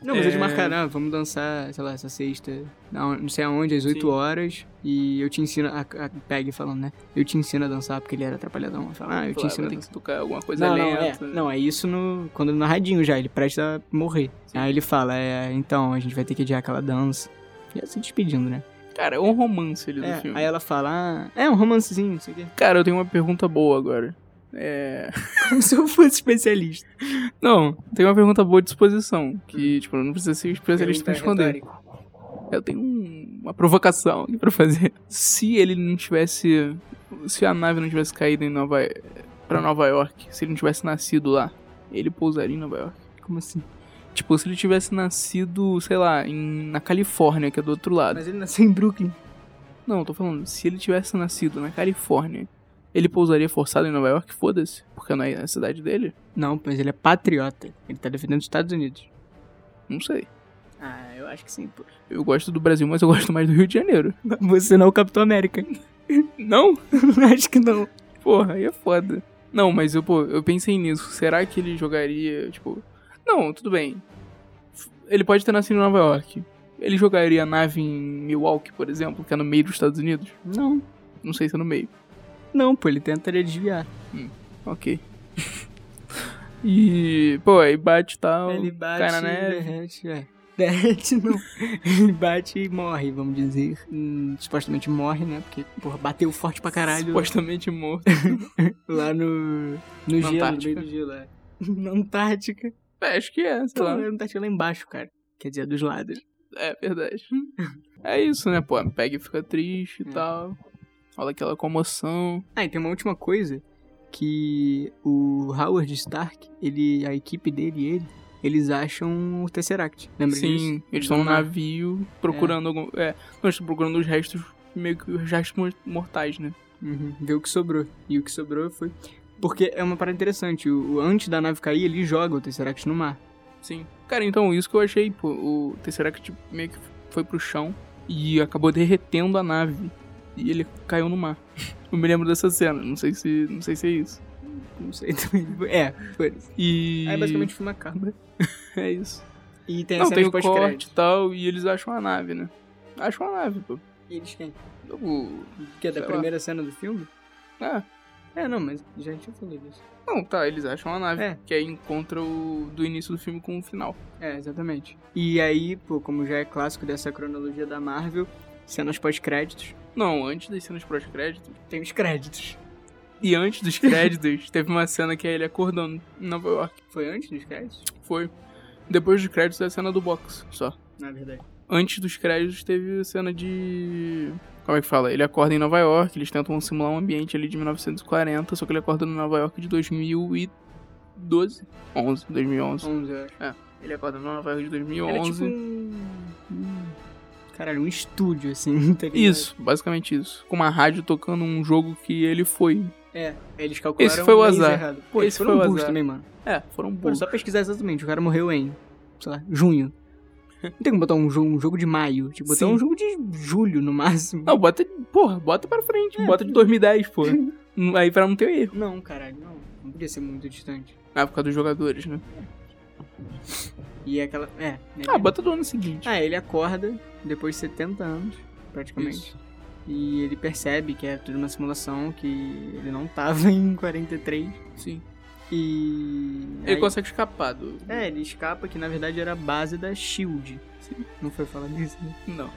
S2: Não, mas
S1: É.
S2: eles marcaram, ah, vamos dançar, sei lá, essa sexta, não, não sei aonde, às 8
S1: Sim.
S2: horas. E eu te ensino, a, a Peg falando, né? Eu te ensino a dançar, porque ele era atrapalhadão. Ela fala, ah, eu te
S1: Claro,
S2: ensino a
S1: tem
S2: dançar.
S1: que tocar alguma coisa
S2: Não, não, é,
S1: lenta.
S2: não, é isso no, quando narradinho já, ele presta a morrer.
S1: Sim.
S2: Aí ele fala, é, então, a gente vai ter que adiar aquela dança. Já se despedindo, né?
S1: Cara, é um romance ali do
S2: É,
S1: filme.
S2: aí ela fala, ah, é um romancezinho, não sei o quê.
S1: Cara, eu tenho uma pergunta boa agora. É.
S2: Como se eu fosse especialista.
S1: Não, tem uma pergunta boa de exposição.
S2: Hum.
S1: Que, tipo, não precisa ser especialista
S2: tá
S1: pra responder. Eu tenho um- uma provocação aqui pra fazer. Se ele não tivesse. Se a nave não tivesse caído em Nova. pra Nova York, se ele não tivesse nascido lá, ele pousaria em Nova York.
S2: Como assim?
S1: Tipo, se ele tivesse nascido, sei lá, em, na Califórnia, que é do outro lado.
S2: Mas ele nasceu em Brooklyn.
S1: Não, eu tô falando, se ele tivesse nascido na Califórnia, ele pousaria forçado em Nova York? Foda-se, porque não é a cidade dele?
S2: Não, mas ele é patriota. Ele tá defendendo os Estados Unidos.
S1: Não sei.
S2: Ah, eu acho que sim, pô.
S1: Eu gosto do Brasil, mas eu gosto mais do Rio de Janeiro.
S2: Você não é o Capitão América.
S1: Não?
S2: acho que não.
S1: Porra, aí é foda. Não, mas eu, pô, eu pensei nisso. Será que ele jogaria, tipo. Não, tudo bem. Ele pode ter nascido em Nova York. Ele jogaria a nave em Milwaukee, por exemplo, que é no meio dos Estados Unidos?
S2: Não.
S1: Não sei se é no meio.
S2: Não, pô, ele tentaria desviar.
S1: Ok. E, pô, aí bate e tal.
S2: né? Ele bate,
S1: cai na neve.
S2: derrete, é. Derrete não. Ele bate e morre, vamos dizer. Hum, supostamente morre, né? Porque, porra, bateu forte pra caralho
S1: Supostamente morto.
S2: lá no. No
S1: Na
S2: gelo, no
S1: Antártica.
S2: meio do gelo, é. Na Antártica.
S1: É, acho que é, sei
S2: Pô,
S1: lá.
S2: a Antártica lá embaixo, cara. Quer dizer, dos lados.
S1: É verdade. É isso, né, pô? Pega e fica triste e
S2: É.
S1: tal. Rola aquela comoção.
S2: Ah, e tem uma última coisa que o Howard Stark, ele, a equipe dele e ele, eles acham o Tesseract. Lembra disso?
S1: Sim, eles estão no
S2: Vão lá.
S1: navio procurando algum. É, não, eles estão procurando os restos, meio que os restos mor- mortais, né?
S2: Uhum, ver o que sobrou. E o que sobrou foi. Porque é uma parada interessante, o, o- antes da nave cair, ele joga o Tesseract no mar.
S1: Sim. Cara, então isso que eu achei, pô. O Tesseract tipo, meio que foi pro chão e acabou derretendo a nave. E ele caiu no mar. Eu me lembro dessa cena, não sei se, não sei se é isso.
S2: Não sei também. É, foi.
S1: E.
S2: Aí basicamente foi uma capa.
S1: É isso.
S2: E tem a
S1: não,
S2: cena
S1: tem
S2: de
S1: o corte
S2: pós-crédito.
S1: e tal, e eles acham a nave, né? Acham a nave, pô.
S2: E eles quem?
S1: O-
S2: Que é
S1: Sei
S2: da
S1: lá.
S2: primeira cena do filme?
S1: É.
S2: É, não, mas já tinha falado disso.
S1: Não, tá, eles acham a nave.
S2: É.
S1: Que aí encontra o do início do filme com o final.
S2: É, exatamente. E aí, pô, como já é clássico dessa cronologia da Marvel, cenas pós-créditos,
S1: Não, antes das cenas pós-créditos.
S2: tem os créditos.
S1: E antes dos créditos, teve uma cena que é ele acordando em Nova York.
S2: Foi antes dos créditos?
S1: Foi. Depois dos créditos é a cena do box, só.
S2: Na verdade.
S1: Antes dos créditos teve a cena de. Como é que fala? Ele acorda em Nova York, eles tentam simular um ambiente ali de 1940, só que ele acorda em Nova York de 2012. 11, 2011.
S2: 11, eu acho.
S1: Ele acorda em Nova York de
S2: Era
S1: 2011.
S2: tipo um... Caralho, um estúdio, assim. tá ligado?
S1: Isso, basicamente isso. Com uma rádio tocando um jogo que ele foi.
S2: É, eles calcularam
S1: Esse foi o
S2: um mês
S1: azar.
S2: errado. Pô,
S1: Esse
S2: eles
S1: foi
S2: foram
S1: o
S2: burros
S1: azar.
S2: também, mano.
S1: É, foram
S2: Pô,
S1: burros.
S2: só pesquisar exatamente, o cara morreu em, sei lá, junho. Não tem como botar um jogo, um jogo de maio, tipo, botar
S1: Sim.
S2: um jogo de julho no máximo.
S1: Não, bota, porra, bota pra frente,
S2: É,
S1: bota de 2010, porra. Não- Hum, Aí pra não ter erro.
S2: Não, caralho, não. Não podia ser muito distante.
S1: Na época Ah, dos jogadores, né?
S2: E é aquela. É. né,
S1: Ah, bota do ano seguinte.
S2: Ah, ele acorda depois de 70 anos, praticamente.
S1: Isso.
S2: E ele percebe que é tudo uma simulação, que ele não tava em 43.
S1: Sim.
S2: E.
S1: Ele
S2: É aí-
S1: consegue escapar do.
S2: É, ele escapa, que na verdade era a base da Shield.
S1: Sim.
S2: Não foi falar disso, né?
S1: Não.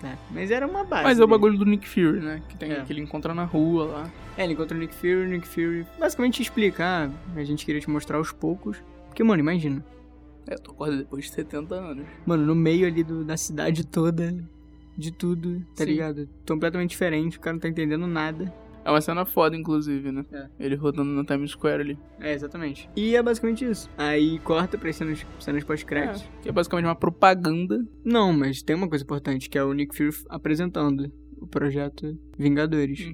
S2: Tá. Mas era uma base.
S1: Mas é o
S2: dele.
S1: bagulho do Nick Fury, né? Que, tem,
S2: É.
S1: que ele encontra na rua lá.
S2: É, ele encontra o Nick Fury, o Nick Fury. Basicamente explica, ah, a gente queria te mostrar aos poucos. Porque, mano, imagina.
S1: É, tu acorda depois de 70 anos.
S2: Mano, no meio ali do- da cidade toda, de tudo, tá
S1: Sim.
S2: ligado? Completamente diferente, o cara não tá entendendo nada.
S1: É uma cena foda, inclusive, né?
S2: É.
S1: Ele rodando na Times Square ali.
S2: É, exatamente. E é basicamente isso. Aí corta pra cenas, cenas pós-créditos.
S1: Que é basicamente uma propaganda.
S2: Não, mas tem uma coisa importante, que é o Nick Fury apresentando o projeto Vingadores.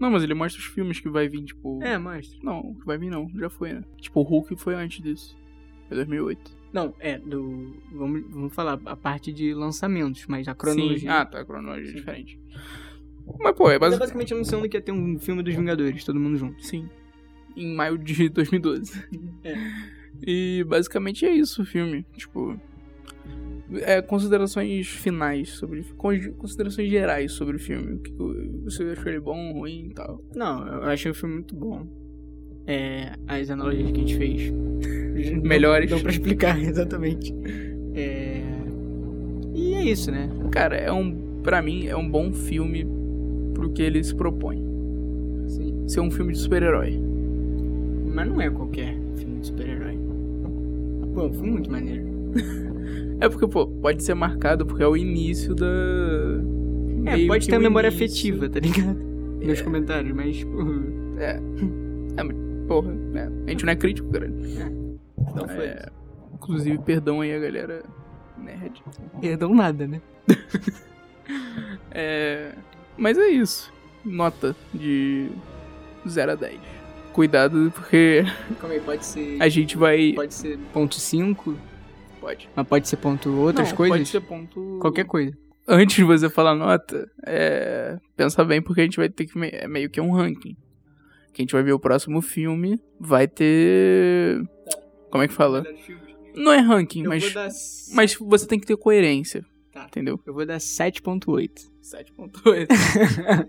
S1: Não, mas ele mostra os filmes que vai vir, tipo.
S2: Uhum. É, mostra.
S1: Não, vai vir não, já foi, né? Tipo, o Hulk foi antes disso. Foi 2008.
S2: Não, é, do... Vamos, vamos falar, a parte de lançamentos, mas a cronologia...
S1: Sim. Ah, tá, a cronologia é diferente. Mas, pô, é
S2: Mas
S1: basicamente.
S2: é basicamente anunciando que ia ter um filme dos Vingadores, todo mundo junto.
S1: Sim. Em maio de 2012.
S2: É.
S1: E basicamente é isso o filme. Tipo. É, considerações finais sobre. con- Considerações gerais sobre o filme. O que o- você achou ele bom, ruim e tal.
S2: Não, eu achei o filme muito bom. É, as analogias que a gente fez.
S1: Melhores.
S2: Dão pra explicar, exatamente. É... E é isso, né?
S1: Cara, é um. Pra mim, é um bom filme pro que ele se propõe.
S2: Sim.
S1: Ser um filme de super-herói.
S2: Mas não é qualquer filme de super-herói. Pô, é um filme muito maneiro.
S1: É porque, pô, pode ser marcado porque é o início da.
S2: É,
S1: meio
S2: pode
S1: que
S2: ter
S1: o
S2: memória
S1: início.
S2: afetiva, tá ligado? Nos comentários, mas, pô.
S1: Porra, né? A gente não é crítico, cara.
S2: Não foi.
S1: É, Inclusive, perdão aí a galera nerd.
S2: Perdão nada, né?
S1: É. Mas é isso. Nota de 0 a 10. Cuidado, porque
S2: Calma aí, pode ser.
S1: a gente vai.
S2: Pode ser ponto 5,
S1: Pode.
S2: mas pode ser ponto outras
S1: Não,
S2: coisas?
S1: Pode ser ponto.
S2: Qualquer coisa.
S1: Antes de você falar nota, é. Pensa bem, porque a gente vai ter que. me- É meio que um ranking. Que a gente vai ver o próximo filme. Vai ter. Como é que fala? Não é ranking, mas.
S2: dar.
S1: Mas você tem que ter coerência.
S2: Tá.
S1: Entendeu?
S2: Eu vou dar 7.8.
S1: 7.8.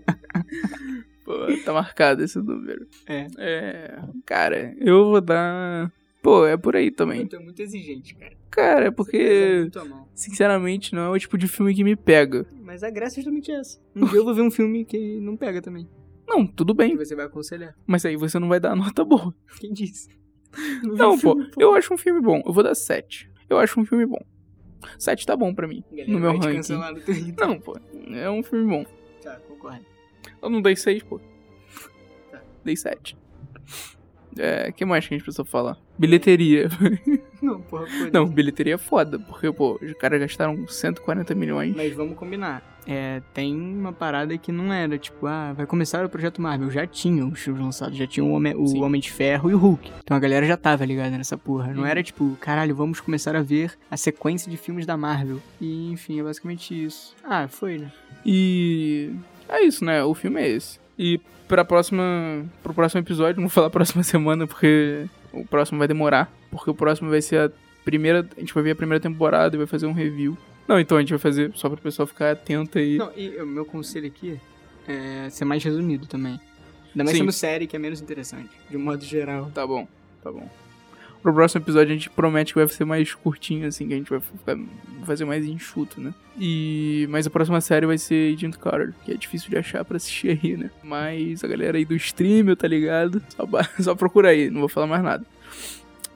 S1: Pô, tá marcado esse número.
S2: É.
S1: É. Cara, eu vou dar. Pô, é por aí também.
S2: Eu tô muito exigente, cara.
S1: Cara, é
S2: Pesou
S1: porque,
S2: muito a mão.
S1: sinceramente, não é o tipo de filme que me pega.
S2: Mas a graça é justamente essa. Um dia eu vou ver um filme que não pega também.
S1: Não, tudo
S2: E
S1: bem,
S2: você vai aconselhar.
S1: mas aí você não vai dar a nota boa.
S2: Quem disse? vi
S1: Não,
S2: o
S1: pô,
S2: é filme,
S1: eu acho um filme bom. Eu vou dar 7. Eu acho um filme bom. 7 tá bom pra mim.
S2: Galera,
S1: no meu
S2: vai te
S1: ranking.
S2: cancelar no Twitter.
S1: Não, pô, é um filme bom.
S2: Tá, concordo.
S1: Eu não dei 6, pô.
S2: Tá.
S1: Dei 7. É, que mais que a gente precisa falar? Bilheteria.
S2: Não, porra, pô,
S1: Não, bilheteria é foda, porque, pô, os caras gastaram 140 milhões.
S2: Mas vamos combinar. É, tem uma parada que não era, tipo, ah, vai começar o Projeto Marvel. Já tinha os filmes lançados, já tinha o Homem, o
S1: Sim.
S2: Homem de Ferro e o Hulk. Então a galera já tava ligada nessa porra. Não
S1: Uhum.
S2: era tipo, caralho, vamos começar a ver a sequência de filmes da Marvel. E enfim, é basicamente isso. Ah, foi, né?
S1: E é isso, né? O filme é esse. E pra próxima, pro próximo episódio, não vou falar próxima semana porque o próximo vai demorar, porque o próximo vai ser a primeira, a gente vai ver a primeira temporada e vai fazer um review. Não, então a gente vai fazer só pra pessoa ficar atenta e
S2: Não, e o meu conselho aqui é ser mais resumido também. Ainda mais
S1: Sim.
S2: sendo série, que é menos interessante, de um modo geral.
S1: tá bom, tá bom. Pro próximo episódio a gente promete que vai ser mais curtinho assim, que a gente vai ficar- fazer mais enxuto, né? E mas a próxima série vai ser Agent Carter, que é difícil de achar pra assistir aí, né? Mas a galera aí do stream, tá ligado? Só, ba- só procura aí, não vou falar mais nada.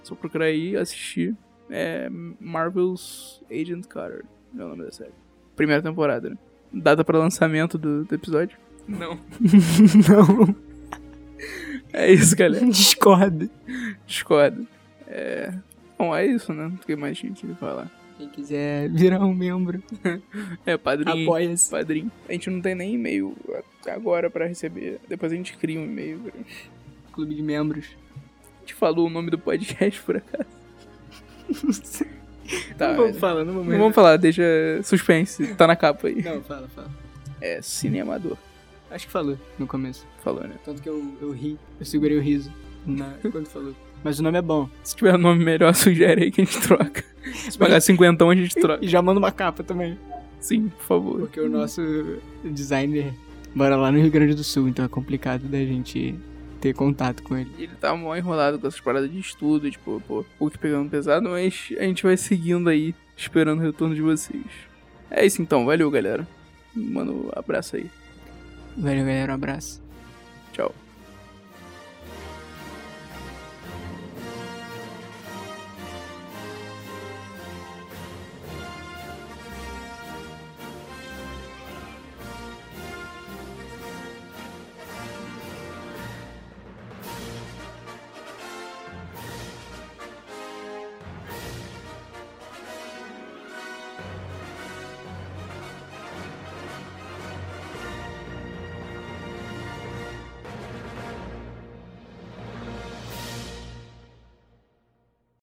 S1: Só procurar aí assistir é, Marvel's Agent Carter, é o nome da série. Primeira temporada, né? Data pra lançamento do, do episódio? Não.
S2: não,
S1: É isso, galera.
S2: discordo.
S1: Discordo. É. Bom, é isso, né? O que mais a gente vai falar?
S2: Quem quiser virar um membro,
S1: É, padrinho.
S2: apoia-se.
S1: Padrinho. A gente não tem nem e-mail agora pra receber. Depois a gente cria um e-mail. cara.
S2: Clube de membros.
S1: A gente falou o nome do podcast por acaso. Tá,
S2: não vamos falar, é. não vamos.
S1: não vamos falar, deixa suspense. Tá na capa aí.
S2: Não, fala, fala.
S1: É, cinemador.
S2: Acho que falou no começo.
S1: Falou, né?
S2: Tanto que eu, eu ri, eu segurei o riso na- quando falou. Mas o nome é bom.
S1: Se tiver um nome melhor, sugere aí que a gente troca. Se pagar cinquentão, a gente troca.
S2: E já manda uma capa também.
S1: Sim, por favor.
S2: Porque o nosso designer mora lá no Rio Grande do Sul, então é complicado da gente ter contato com ele.
S1: Ele tá mó enrolado com essas paradas de estudo, tipo, pô, o que pegando pesado, mas a gente vai seguindo aí, esperando o retorno de vocês. É isso então, valeu galera. Manda um abraço aí.
S2: Valeu, galera. Um abraço.
S1: Tchau.